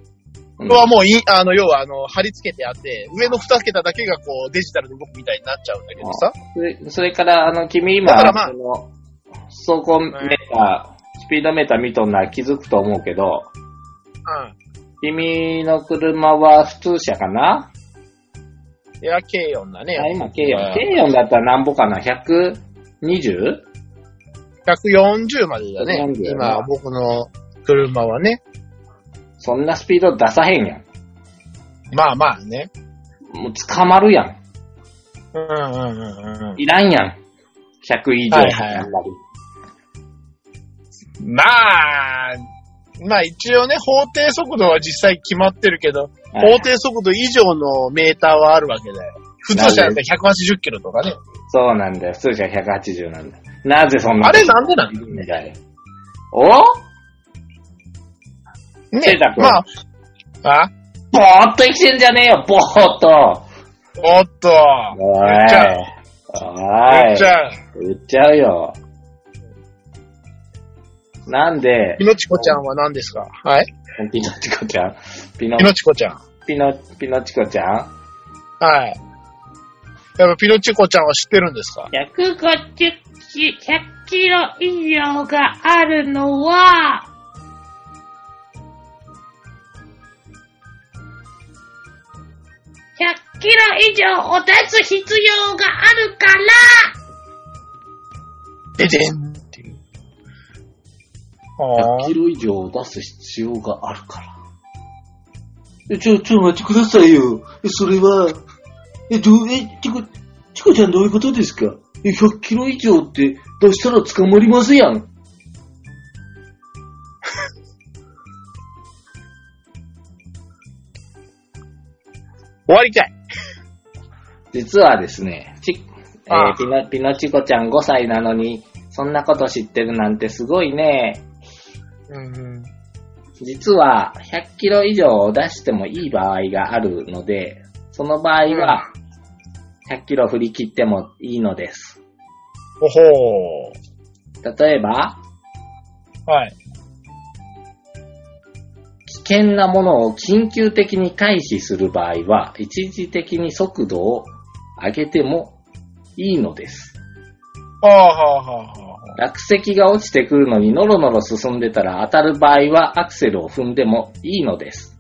A: うん
B: はもうい、あの、要はあの、貼り付けてあって、上の2桁だけがこう、デジタルで動くみたいになっちゃうんだけどさ。
A: それそれから、あの、君今、
B: だからまあ
A: その、走行メーター、スピードメーター見とんなら気づくと思うけど、
B: う
A: 君の車は普通車かな、
B: ん。いや、K4 だ
A: あ
B: ね。
A: 今、K4。
B: うん
A: K4 だったらなんぼかな ?120?
B: 140までだね。
A: 140
B: 今、僕の車はね。
A: そんなスピード出さへんやん。
B: まあまあね。
A: もう捕まるやん。
B: うんうんうんうん。
A: いらんやん。100以上。
B: はいはい
A: あんまり
B: まあ、まあ一応ね、法定速度は実際決まってるけど、
A: はい
B: 法定速度以上のメーターはあるわけだよ。普通車だったら180キロとかね。
A: そうなんだよ。普通車180なんだよ。なぜそんな
B: あれなんでなんん
A: だよ。お
B: ね
A: 手だ。こ
B: まあ、あ
A: ぼーっと生きてんじゃねえよ、ぼーっと。
B: おっと。
A: おい
B: 言っちゃう。。
A: お
B: 言
A: い
B: っち。ゃう。
A: 言っちゃうよ。なんで
B: ピ、ノチコちゃんは何ですかはい
A: ピノチコちゃんピノ
B: ピ、ノチコちゃん。
A: ピノ、ピノチコちゃん
B: はい。やっぱピロチェコちゃんは知ってるんですか
A: 150キ、100キロ以上があるのは、100キロ以上を出す必要があるから、
B: ででんっていう。あ
A: 100キロ以上を出す必要があるから。え、ちょ、ちょ、待ってくださいよ。え、それは、え、どう、え、ちこ、ちこちゃんどういうことですかえ、100キロ以上って出したら捕まりますやん。
B: 終わりかい。
A: 実はですね、ちえー
B: ああ
A: ピノピノチコちゃん5歳なのに、そんなこと知ってるなんてすごいね。
B: うん。
A: 実は100キロ以上を出してもいい場合があるので、その場合は100キロ振り切ってもいいのです。
B: おほ
A: 例えば、
B: ー。はい。
A: 危険なものを緊急的に回避する場合は、一時的に速度を上げてもいいのです。
B: ああ、はあ、はあ、はあ。
A: 落石が落ちてくるのにノロノロ進んでたら当たる場合はアクセルを踏んでもいいのです。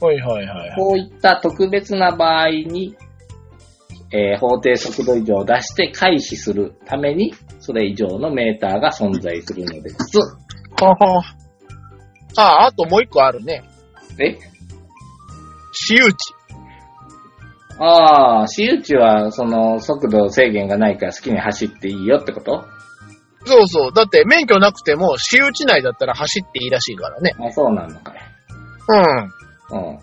B: はいはいはいはい。
A: こういった特別な場合に、えー法定速度以上を出して回避するために、それ以上のメーターが存在するのです。
B: はあ、はあ。ああ、あともう一個あるね。
A: え
B: 私有地。
A: ああ、私有地は、その、速度制限がないから好きに走っていいよってこと
B: そうそう。だって免許なくても、私有地内だったら走っていいらしいからね。
A: あ、そうなのかい。
B: うん。
A: うん。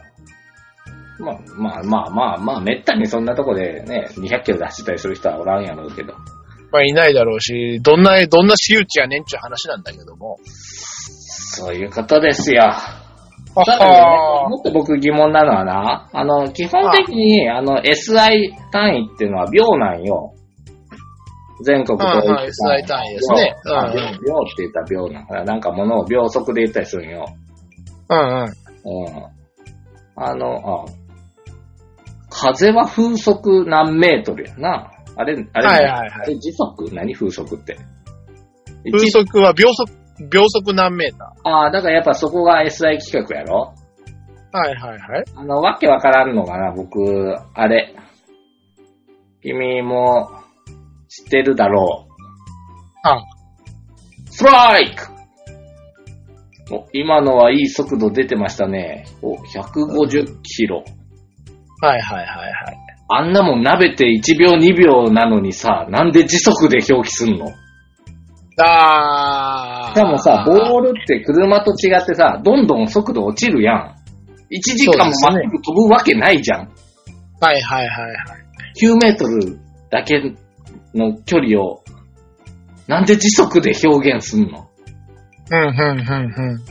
A: まあ、まあまあまあまあ、めったにそんなとこでね、200キロで走ったりする人はおらんやろうけど。
B: まあ、いないだろうし、どんな、どんな私有地やねんっちゅう話なんだけども。
A: そういうことですよ。
B: は
A: ただね、もっと僕疑問なのはな、あの、基本的に、あの、SI 単位っていうのは秒なんよ。全国統一
B: はいは
A: 単位
B: い SI 単位ですね
A: 秒あ
B: うん
A: 秒秒って言ったら秒なんから、なんか物を秒速で言ったりするんよ。
B: うんうん。
A: うん。あの、あ、風は風速何メートルやな。あれ、あれ、
B: はいはいはい
A: あれ時速何風速って。
B: 風
A: 一
B: 速は秒速、秒速何メータ
A: ああ、だからやっぱそこが SI 規格やろ
B: ーはいはいはい。
A: あの、わけわからんのかな、僕、あれ。君も知ってるだろ
B: あ
A: う。ストライクお、今のはいい速度出てましたね。お、150キロ。
B: はいはいはいはい。
A: あんなもん鍋って1秒2秒なのにさ、なんで時速で表記すんのし
B: あー。
A: かもさ、ボールって車と違ってさ、どんどん速度落ちるやん。1時間もまっすぐ飛ぶわけないじゃん。
B: はいはいはいはい。
A: 9メートルだけの距離を、なんで時速で表現すんの
B: うんうんうんうん。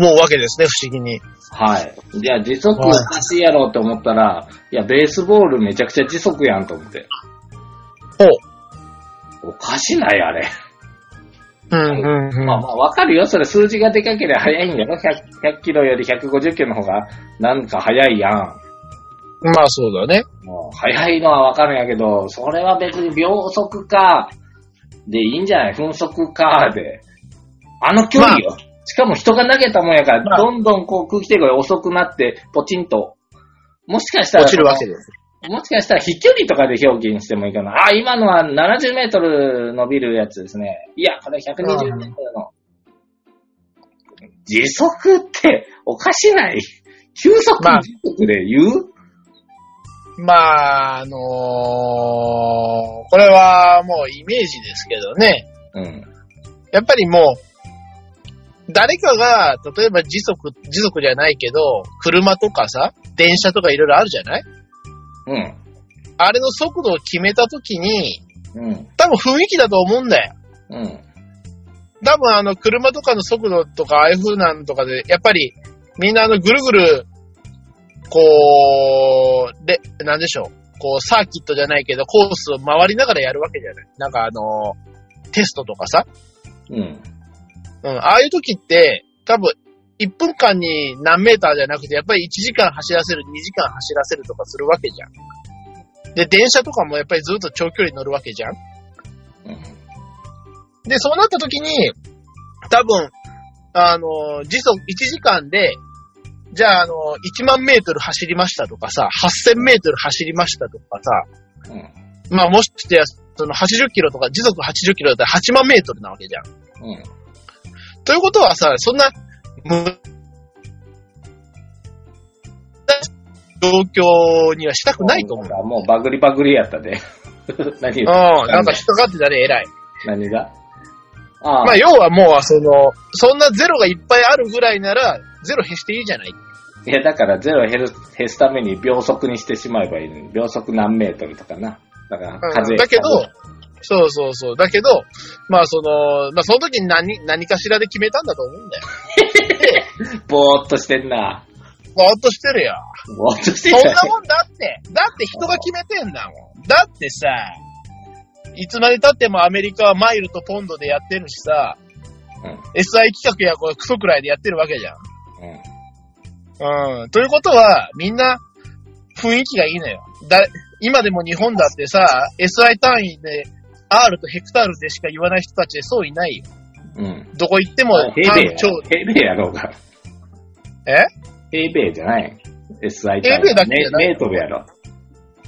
B: 思うわけですね、不思議に。
A: はい。じゃあ時速おかしいやろって思ったら、いや、ベースボールめちゃくちゃ時速やんと思って。
B: ほう。
A: おかしないあれ。
B: うんうんうん。
A: まあまあ、わかるよ。それ数字がでかければ速いんだよ。100, 100キロより150キロの方が、なんか速いやん。
B: まあそうだね。
A: もう、速いのはわかるんやけど、それは別に秒速か、でいいんじゃない分速か、で。あの距離よ。しかも人が投げたもんやから、
B: まあ
A: どんどんこう空気抵抗が遅くなって、ポチンと。もしかしたら、
B: 落ちるわけです。
A: もしかしたら飛距離とかで表記にしてもいいかな。あ、今のは70メートル伸びるやつですね。いや、これ120メートルの。時速っておかしない急速
B: まあ
A: 時速で言う、
B: まあ、あのー、これはもうイメージですけどね。
A: うん。
B: やっぱりもう、誰かが、例えば時速、時速じゃないけど、車とかさ、電車とかいろいろあるじゃない
A: うん。
B: あれの速度を決めたときに、
A: うん。
B: 多分雰囲気だと思うんだよ。
A: うん。
B: 多分あの、車とかの速度とか、ああいう風なんとかで、やっぱり、みんなあの、ぐるぐる、こう、で、なんでしょう。こう、サーキットじゃないけど、コースを回りながらやるわけじゃない。なんかあの、テストとかさ。
A: うん。
B: うん、ああいう時って、多分、 1分間に何メーターじゃなくて、やっぱり1時間走らせる、2時間走らせるとかするわけじゃん。で、電車とかもやっぱりずっと長距離乗るわけじゃん。
A: うん。
B: で、そうなった時に、多分、あの、時速1時間で、じゃあ、あの、1万メートル走りましたとかさ、8000メートル走りましたとかさ、
A: うん。
B: まあ、もしかしてや、その80キロとか、時速80キロだったら8万メートルなわけじゃん。
A: うん。
B: ということはさ、そんな、む、状況にはしたくないと思う。
A: なんかもうバグリバグリやったで。何
B: うん、なんか引っかかってたね、偉い。
A: 何がああ、
B: まあ、要はもう、その、そんなゼロがいっぱいあるぐらいなら、ゼロ減していいじゃない。
A: いや、だからゼロ減る、減すために秒速にしてしまえばいいのに。秒速何メートルとかな。だから風、
B: うんだけど、そうそうそう。だけど、まあその、まあその時に何、何かしらで決めたんだと思うんだよ。
A: 風、ぼーっとしてんな。
B: ぼーっとしてるよ。
A: ぼーっとして
B: そ
A: ん
B: ん
A: じゃ
B: なもんだって、だって人が決めてんだもん。だってさ、いつまで経ってもアメリカはマイルとポンドでやってるしさ、
A: うん
B: SI 企画やこれクソくらいでやってるわけじゃん。
A: うん。
B: うん。ということは、みんな、雰囲気がいいのよ。だ、今でも日本だってさ、SI 単位で R とヘクタールでしか言わない人たちでそういないよ。
A: うん。
B: どこ行っても、
A: 平米や
B: 超、
A: 平米やろうが。
B: え
A: 平米じゃない。SI
B: 平米だっけ
A: メメートルやろ。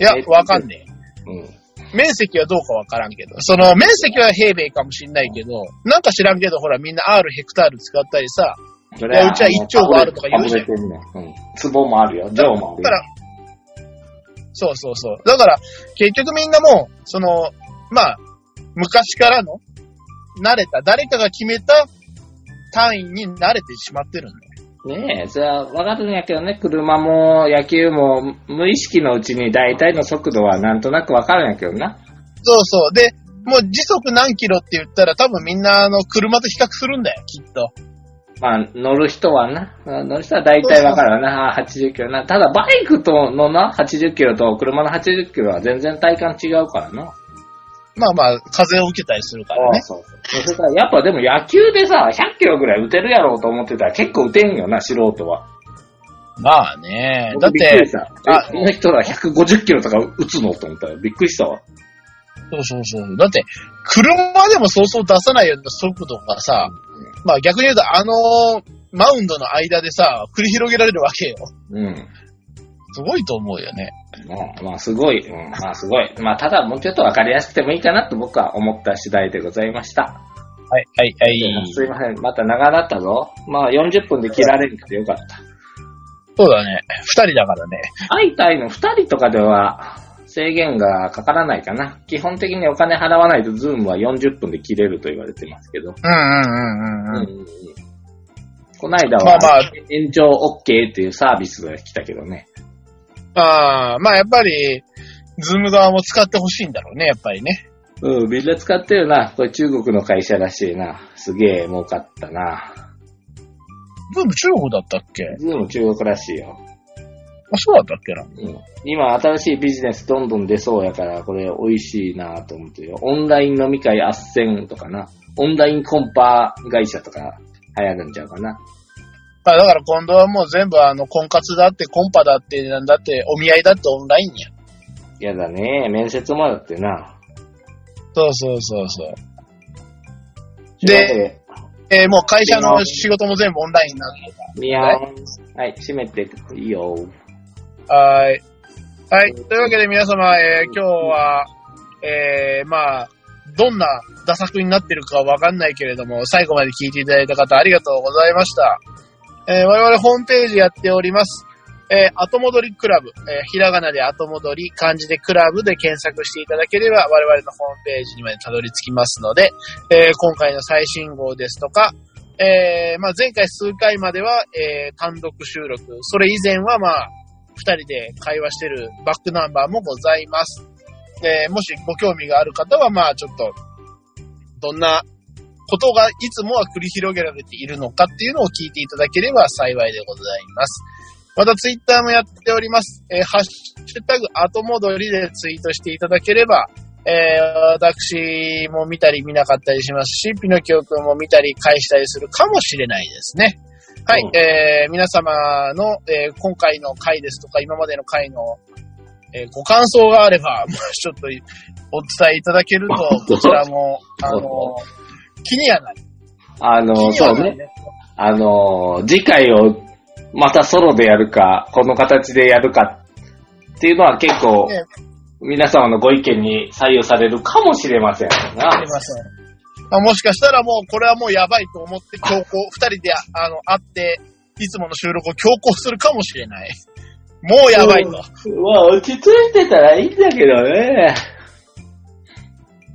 B: いや
A: え、
B: わかんねえ。
A: うん。
B: 面積はどうかわからんけど、その、面積は平米かもしんないけど、なんか知らんけど、ほら、みんな R ヘクタール使ったりさ、
A: そ
B: いやうちは一丁もあるとか言うじゃん
A: あのタブレットにねうん。壺もあるよ。錠もある
B: だか
A: よ。
B: ら、そうそうそう。だから、結局みんなもう、その、まあ、昔からの、慣れた、誰かが決めた単位に慣れてしまってるんだよ。
A: ねえ、それはわかるんやけどね、車も野球も無意識のうちに大体の速度はなんとなくわかるんやけどな。
B: そうそう。で、もう時速何キロって言ったら多分みんなあの車と比較するんだよ、きっと。
A: まあ、乗る人はな、うん乗る人は大体わかるわな、あー80キロな。ただ、バイクとのな、80キロと車の80キロは全然体感違うからな。
B: まあまあ、風を受けたりするからね。
A: そうそう。それからやっぱでも野球でさ、100キロぐらい打てるやろうと思ってたら結構打てんよな、素人は。
B: まあね。だっ
A: びっくり
B: て
A: し、た。
B: あ
A: あ、この人ら150キロとか打つのと思ったらびっくりしたわ。
B: そうそうそう。だって、車でもそうそう出さないような速度がさ、まあ逆に言うとあの、マウンドの間でさ、繰り広げられるわけよ。
A: うん。
B: すごいと思うよね。
A: まあ、まあ、すごい。うん、まあ、すごい。まあ、ただ、もうちょっとわかりやすくてもいいかなと僕は思った次第でございました。
B: はい、はい、はい。
A: すいません。また長だったぞ。まあ、40分で切られるからよかった。
B: そうだね。二人だからね。
A: 相対の2人とかでは制限がかからないかな。基本的にお金払わないとズームは40分で切れると言われてますけど。
B: うんうんうんうん。
A: うんこないだは、
B: まあまあ
A: 延長 OK っていうサービスが来たけどね。
B: ああ、まあやっぱり、ズーム側も使ってほしいんだろうね、やっぱりね。
A: うん、みんな使ってるな。これ中国の会社らしいな。すげえ儲かったな。
B: ズーム中国だったっけ
A: ズーム中国らしいよ。
B: あ、そうだったっけな。
A: うん、今、新しいビジネスどんどん出そうやから、これ美味しいなと思ってるよ。オンライン飲み会斡旋とかな。オンラインコンパ会社とか流行るんちゃうかな。
B: まあだから今度はもう全部あの、婚活だって、コンパだって、なんだって、お見合いだってオンラインや。
A: やだね。面接もだってな。
B: そうそうそうそう。で、えーもう会社の仕事も全部オンラインになる
A: みやん。はい、閉めていいよ。
B: のか。はーい。はい。というわけで皆様、えー今日は、えーまあ、どんな打作になってるかわかんないけれども、最後まで聞いていただいた方ありがとうございました。えー我々ホームページやっております。えー後戻りクラブ、えーひらがなで後戻り、漢字でクラブで検索していただければ、我々のホームページにまでたどり着きますので、えー今回の最新号ですとか、えーまあ、前回数回までは、えー単独収録、それ以前は、まあ、二人で会話してるバックナンバーもございます。えーもしご興味がある方は、まあ、ちょっと、どんなことがいつもは繰り広げられているのかっていうのを聞いていただければ幸いでございます。また、ツイッターもやっております。えーハッシュタグ、後戻りでツイートしていただければ、えー私も見たり見なかったりしますし、ピノキオくんも見たり返したりするかもしれないですね。はい、
A: うん
B: えー、皆様の、えー今回の回ですとか、今までの回の、えーご感想があれば、まあ ちょっとお伝えいただけると、 こちらも、あの、気にはなる。
A: あの
B: 気に
A: そ
B: は
A: う
B: なる
A: ね。
B: ね。
A: あの次回をまたソロでやるか、この形でやるかっていうのは結構
B: ね、
A: 皆様のご意見に左右されるかもしれませんな。
B: ありません。まあ、もしかしたらもう、これはもうやばいと思って、強行、二人で、あの、会って、いつもの収録を強行するかもしれない。もうやばいと。
A: うん。まあ、落ち着いてたらいいんだけどね。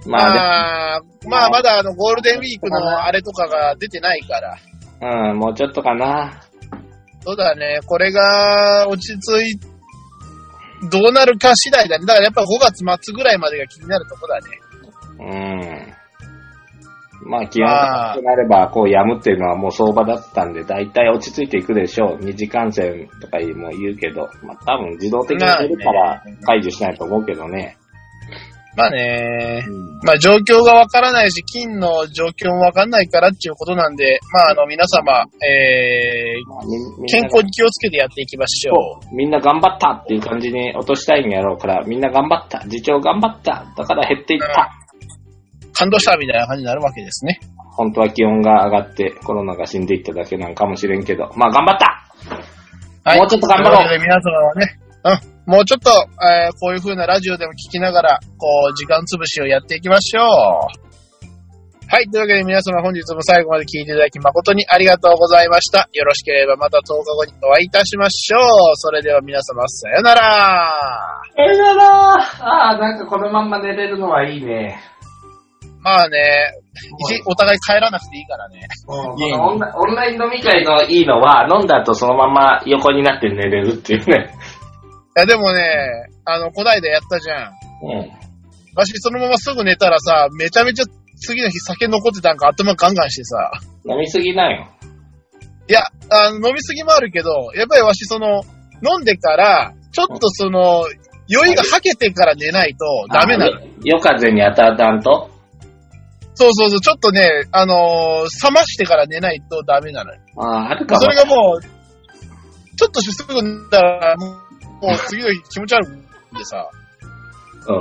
A: まあ
B: まあ、まあ、まだあの、ゴールデンウィークのあれとかが出てないから。
A: でも、うん、もうちょっとかな。
B: そうだね。これが、落ち着い、どうなるか次第だね。だからやっぱ5月末ぐらいまでが気になるとこだね。
A: うん。まあ、気温が高くなれば、こう、やむっていうのはもう相場だったんで、だいたい落ち着いていくでしょう。二次感染とかも言うけど、まあ、多分自動的に出るから解除しないと思うけどね。
B: まあね。
A: うん
B: まあ状況がわからないし、金の状況もわかんないからっていうことなんで、まああの皆様、え
A: まあみ
B: ー、
A: みん
B: 健
A: な
B: 康に気をつけてやっていきましょう。
A: みんな頑張ったっていう感じに落としたいんやろうから、みんな頑張った。自重頑張った。だから減っていった。
B: 感動したみたいな感じになるわけですね。
A: 本当は気温が上がってコロナが死んでいっただけなんかもしれんけど、まあ頑張った
B: はい。
A: もうちょっと頑張ろう
B: といことで皆様はね、うん、もうちょっと、えー、こういう風なラジオでも聞きながら、こう、時間潰しをやっていきましょう。はい。というわけで皆様本日も最後まで聞いていただき誠にありがとうございました。よろしければまた10日後にお会いいたしましょう。それでは皆様さよなら。
A: ええだなああ、なんかこのまんま寝れるのはいいね。
B: まあね、一お互い帰らなくていいからね。
A: うん
B: いいね
A: オンラオンライン飲み会のいいのは、飲んだ後そのまま横になって寝れるっていうね。
B: いやでもね、あの、古代でやったじゃん。
A: う
B: わしそのまますぐ寝たらさ、めちゃめちゃ次の日酒残ってたんか頭ガンガンしてさ。
A: ん。飲みすぎなんよ。
B: いや、あの飲みすぎもあるけど、やっぱりわしその、飲んでから、ちょっとその、酔いがはけてから寝ないとダメなの。
A: あ。夜風に当たらんと
B: そうそうそう、ちょっとね、あのー冷ましてから寝ないとダメなのよ。
A: ああ、あるかも。
B: それがもう、ちょっとしすぐ寝たら、もうもう次の日気持ち悪くてさ。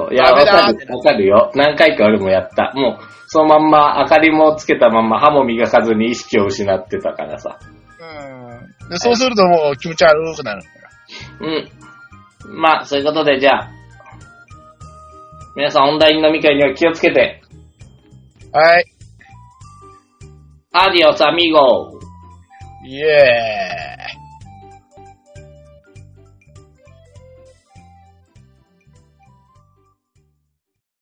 A: うん、いや、
B: ダ
A: わ
B: メだ
A: かる、わかるよ。何回か俺もやった。もう、そのまんま明かりもつけたまんま歯も磨かずに意識を失ってたからさ。
B: うんでそうするともう気持ち悪くなる。
A: うん。まあ、そういうことで、じゃあ、皆さんオンライン飲み会には気をつけて、
B: はい。
A: アディオスアミーゴ
B: イエーイ。